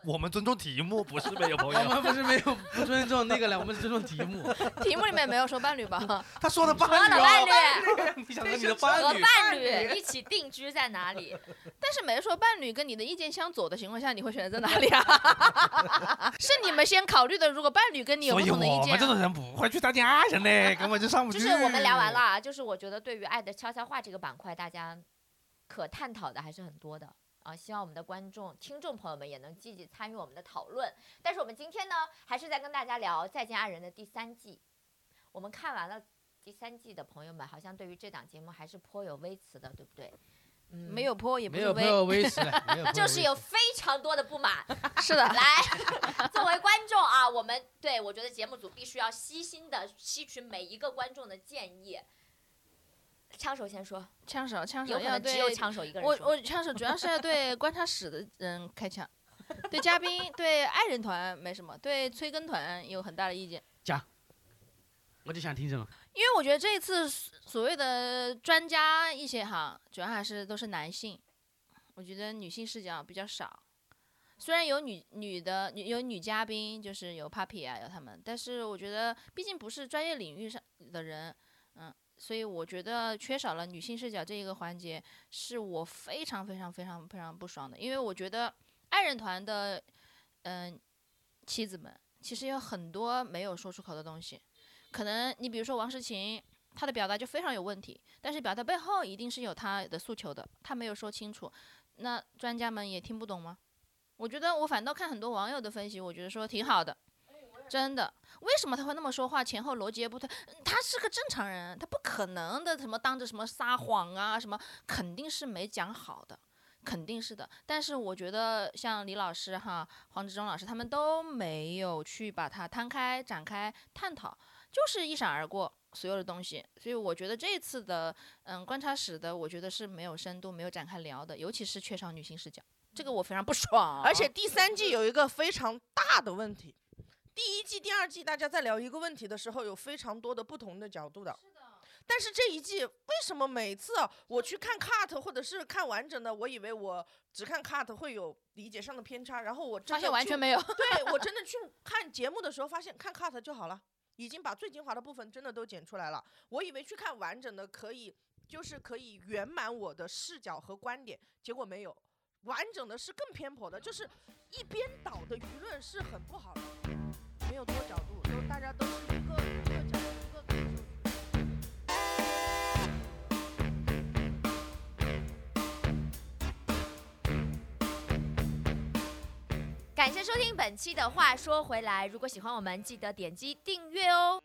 Speaker 10: 我们尊重题目，不是没有朋
Speaker 3: 我
Speaker 10: 友。
Speaker 3: 们不是没有不尊重那个了，我们是尊重题目。
Speaker 5: 题目里面没有说伴侣吧？
Speaker 2: 他说的伴
Speaker 1: 我的伴
Speaker 2: 侣
Speaker 1: 侣
Speaker 2: 哦，你想着你的伴
Speaker 1: 和
Speaker 2: 侣，
Speaker 1: 伴侣一起定居在哪里？
Speaker 5: 但是没说伴侣跟你的意见相左的情况下，你会选择在哪里啊？是你们先考虑的。如果伴侣跟你有
Speaker 10: 所
Speaker 5: 不
Speaker 10: 以
Speaker 5: 同的意
Speaker 10: 我
Speaker 5: 见
Speaker 10: 们这
Speaker 5: 啊、
Speaker 10: 种人不会去当家人嘞，根本就上不
Speaker 1: 就
Speaker 10: 去。
Speaker 1: 是我们聊完了，啊，就是我觉得对于爱的悄悄话这个板块，大家可探讨的还是很多的啊。希望我们的观众、听众朋友们也能积极参与我们的讨论。但是我们今天呢，还是在跟大家聊《再见爱人》的第三季。我们看完了第三季的朋友们，好像对于这档节目还是颇有微词的，对不对？嗯，
Speaker 5: 没，有坡也不
Speaker 3: 没
Speaker 5: 是
Speaker 3: 有朋
Speaker 5: 微，
Speaker 3: 友微词了， 没有朋友
Speaker 1: 就是有
Speaker 3: 微词
Speaker 1: 非常多的不 满。
Speaker 5: 是的。
Speaker 1: 来，作为观众啊，我们对我觉得节目组必须要悉心的吸取每一个观众的建议。枪手先说，
Speaker 5: 枪手，枪手
Speaker 1: 有可
Speaker 5: 要
Speaker 1: 能
Speaker 5: 对
Speaker 1: 只有枪手一个人
Speaker 5: 我
Speaker 1: 说。
Speaker 5: 我枪手主要是要对观察室的人开枪，对嘉宾、对爱人团没什么，对催更团有很大的意见。
Speaker 3: 我就想听这种。
Speaker 5: 因为我觉得这一次所所谓的专家一些哈，主要还是都是男性，我觉得女性视角比较少。虽然有女女的女有女嘉宾，就是有 Papi 啊，有他们，但是我觉得毕竟不是专业领域上的人，嗯，所以我觉得缺少了女性视角这一个环节，是我非常非常非常非常不爽的。因为我觉得爱人团的嗯、妻子们其实有很多没有说出口的东西，可能你比如说王诗琴，她的表达就非常有问题，但是表达背后一定是有她的诉求的，她没有说清楚，那专家们也听不懂吗？我觉得我反倒看很多网友的分析，我觉得说挺好的，真的。为什么他会那么说话？前后逻辑也不对，嗯他是个正常人，他不可能的什么当着什么撒谎啊什么，肯定是没讲好的。肯定是的，但是我觉得像李老师哈、黄志忠老师他们都没有去把它摊开、展开探讨，就是一闪而过所有的东西，所以我觉得这一次的嗯观察室的，我觉得是没有深度、没有展开聊的，尤其是缺少女性视角，这个我非常不爽。
Speaker 4: 而且第三季有一个非常大的问题，第一季、第二季大家在聊一个问题的时候，有非常多的不同的角度的。但是这一季为什么每次啊我去看 cut 或者是看完整的，我以为我只看 cut 会有理解上的偏差，然后我真
Speaker 5: 发
Speaker 4: 的
Speaker 5: 现完
Speaker 4: 去
Speaker 5: 全没有，
Speaker 4: 对我真的去看节目的时候，发现看 cut 就好了，已经把最精华的部分真的都剪出来了。我以为去看完整的可以，就是可以圆满我的视角和观点，结果没有，完整的是更偏颇的，就是一边倒的舆论是很不好的，没有多角度，都大家都是一个一个角度一个感受。
Speaker 1: 感谢收听本期的《话说回来》，如果喜欢我们，记得点击订阅哦。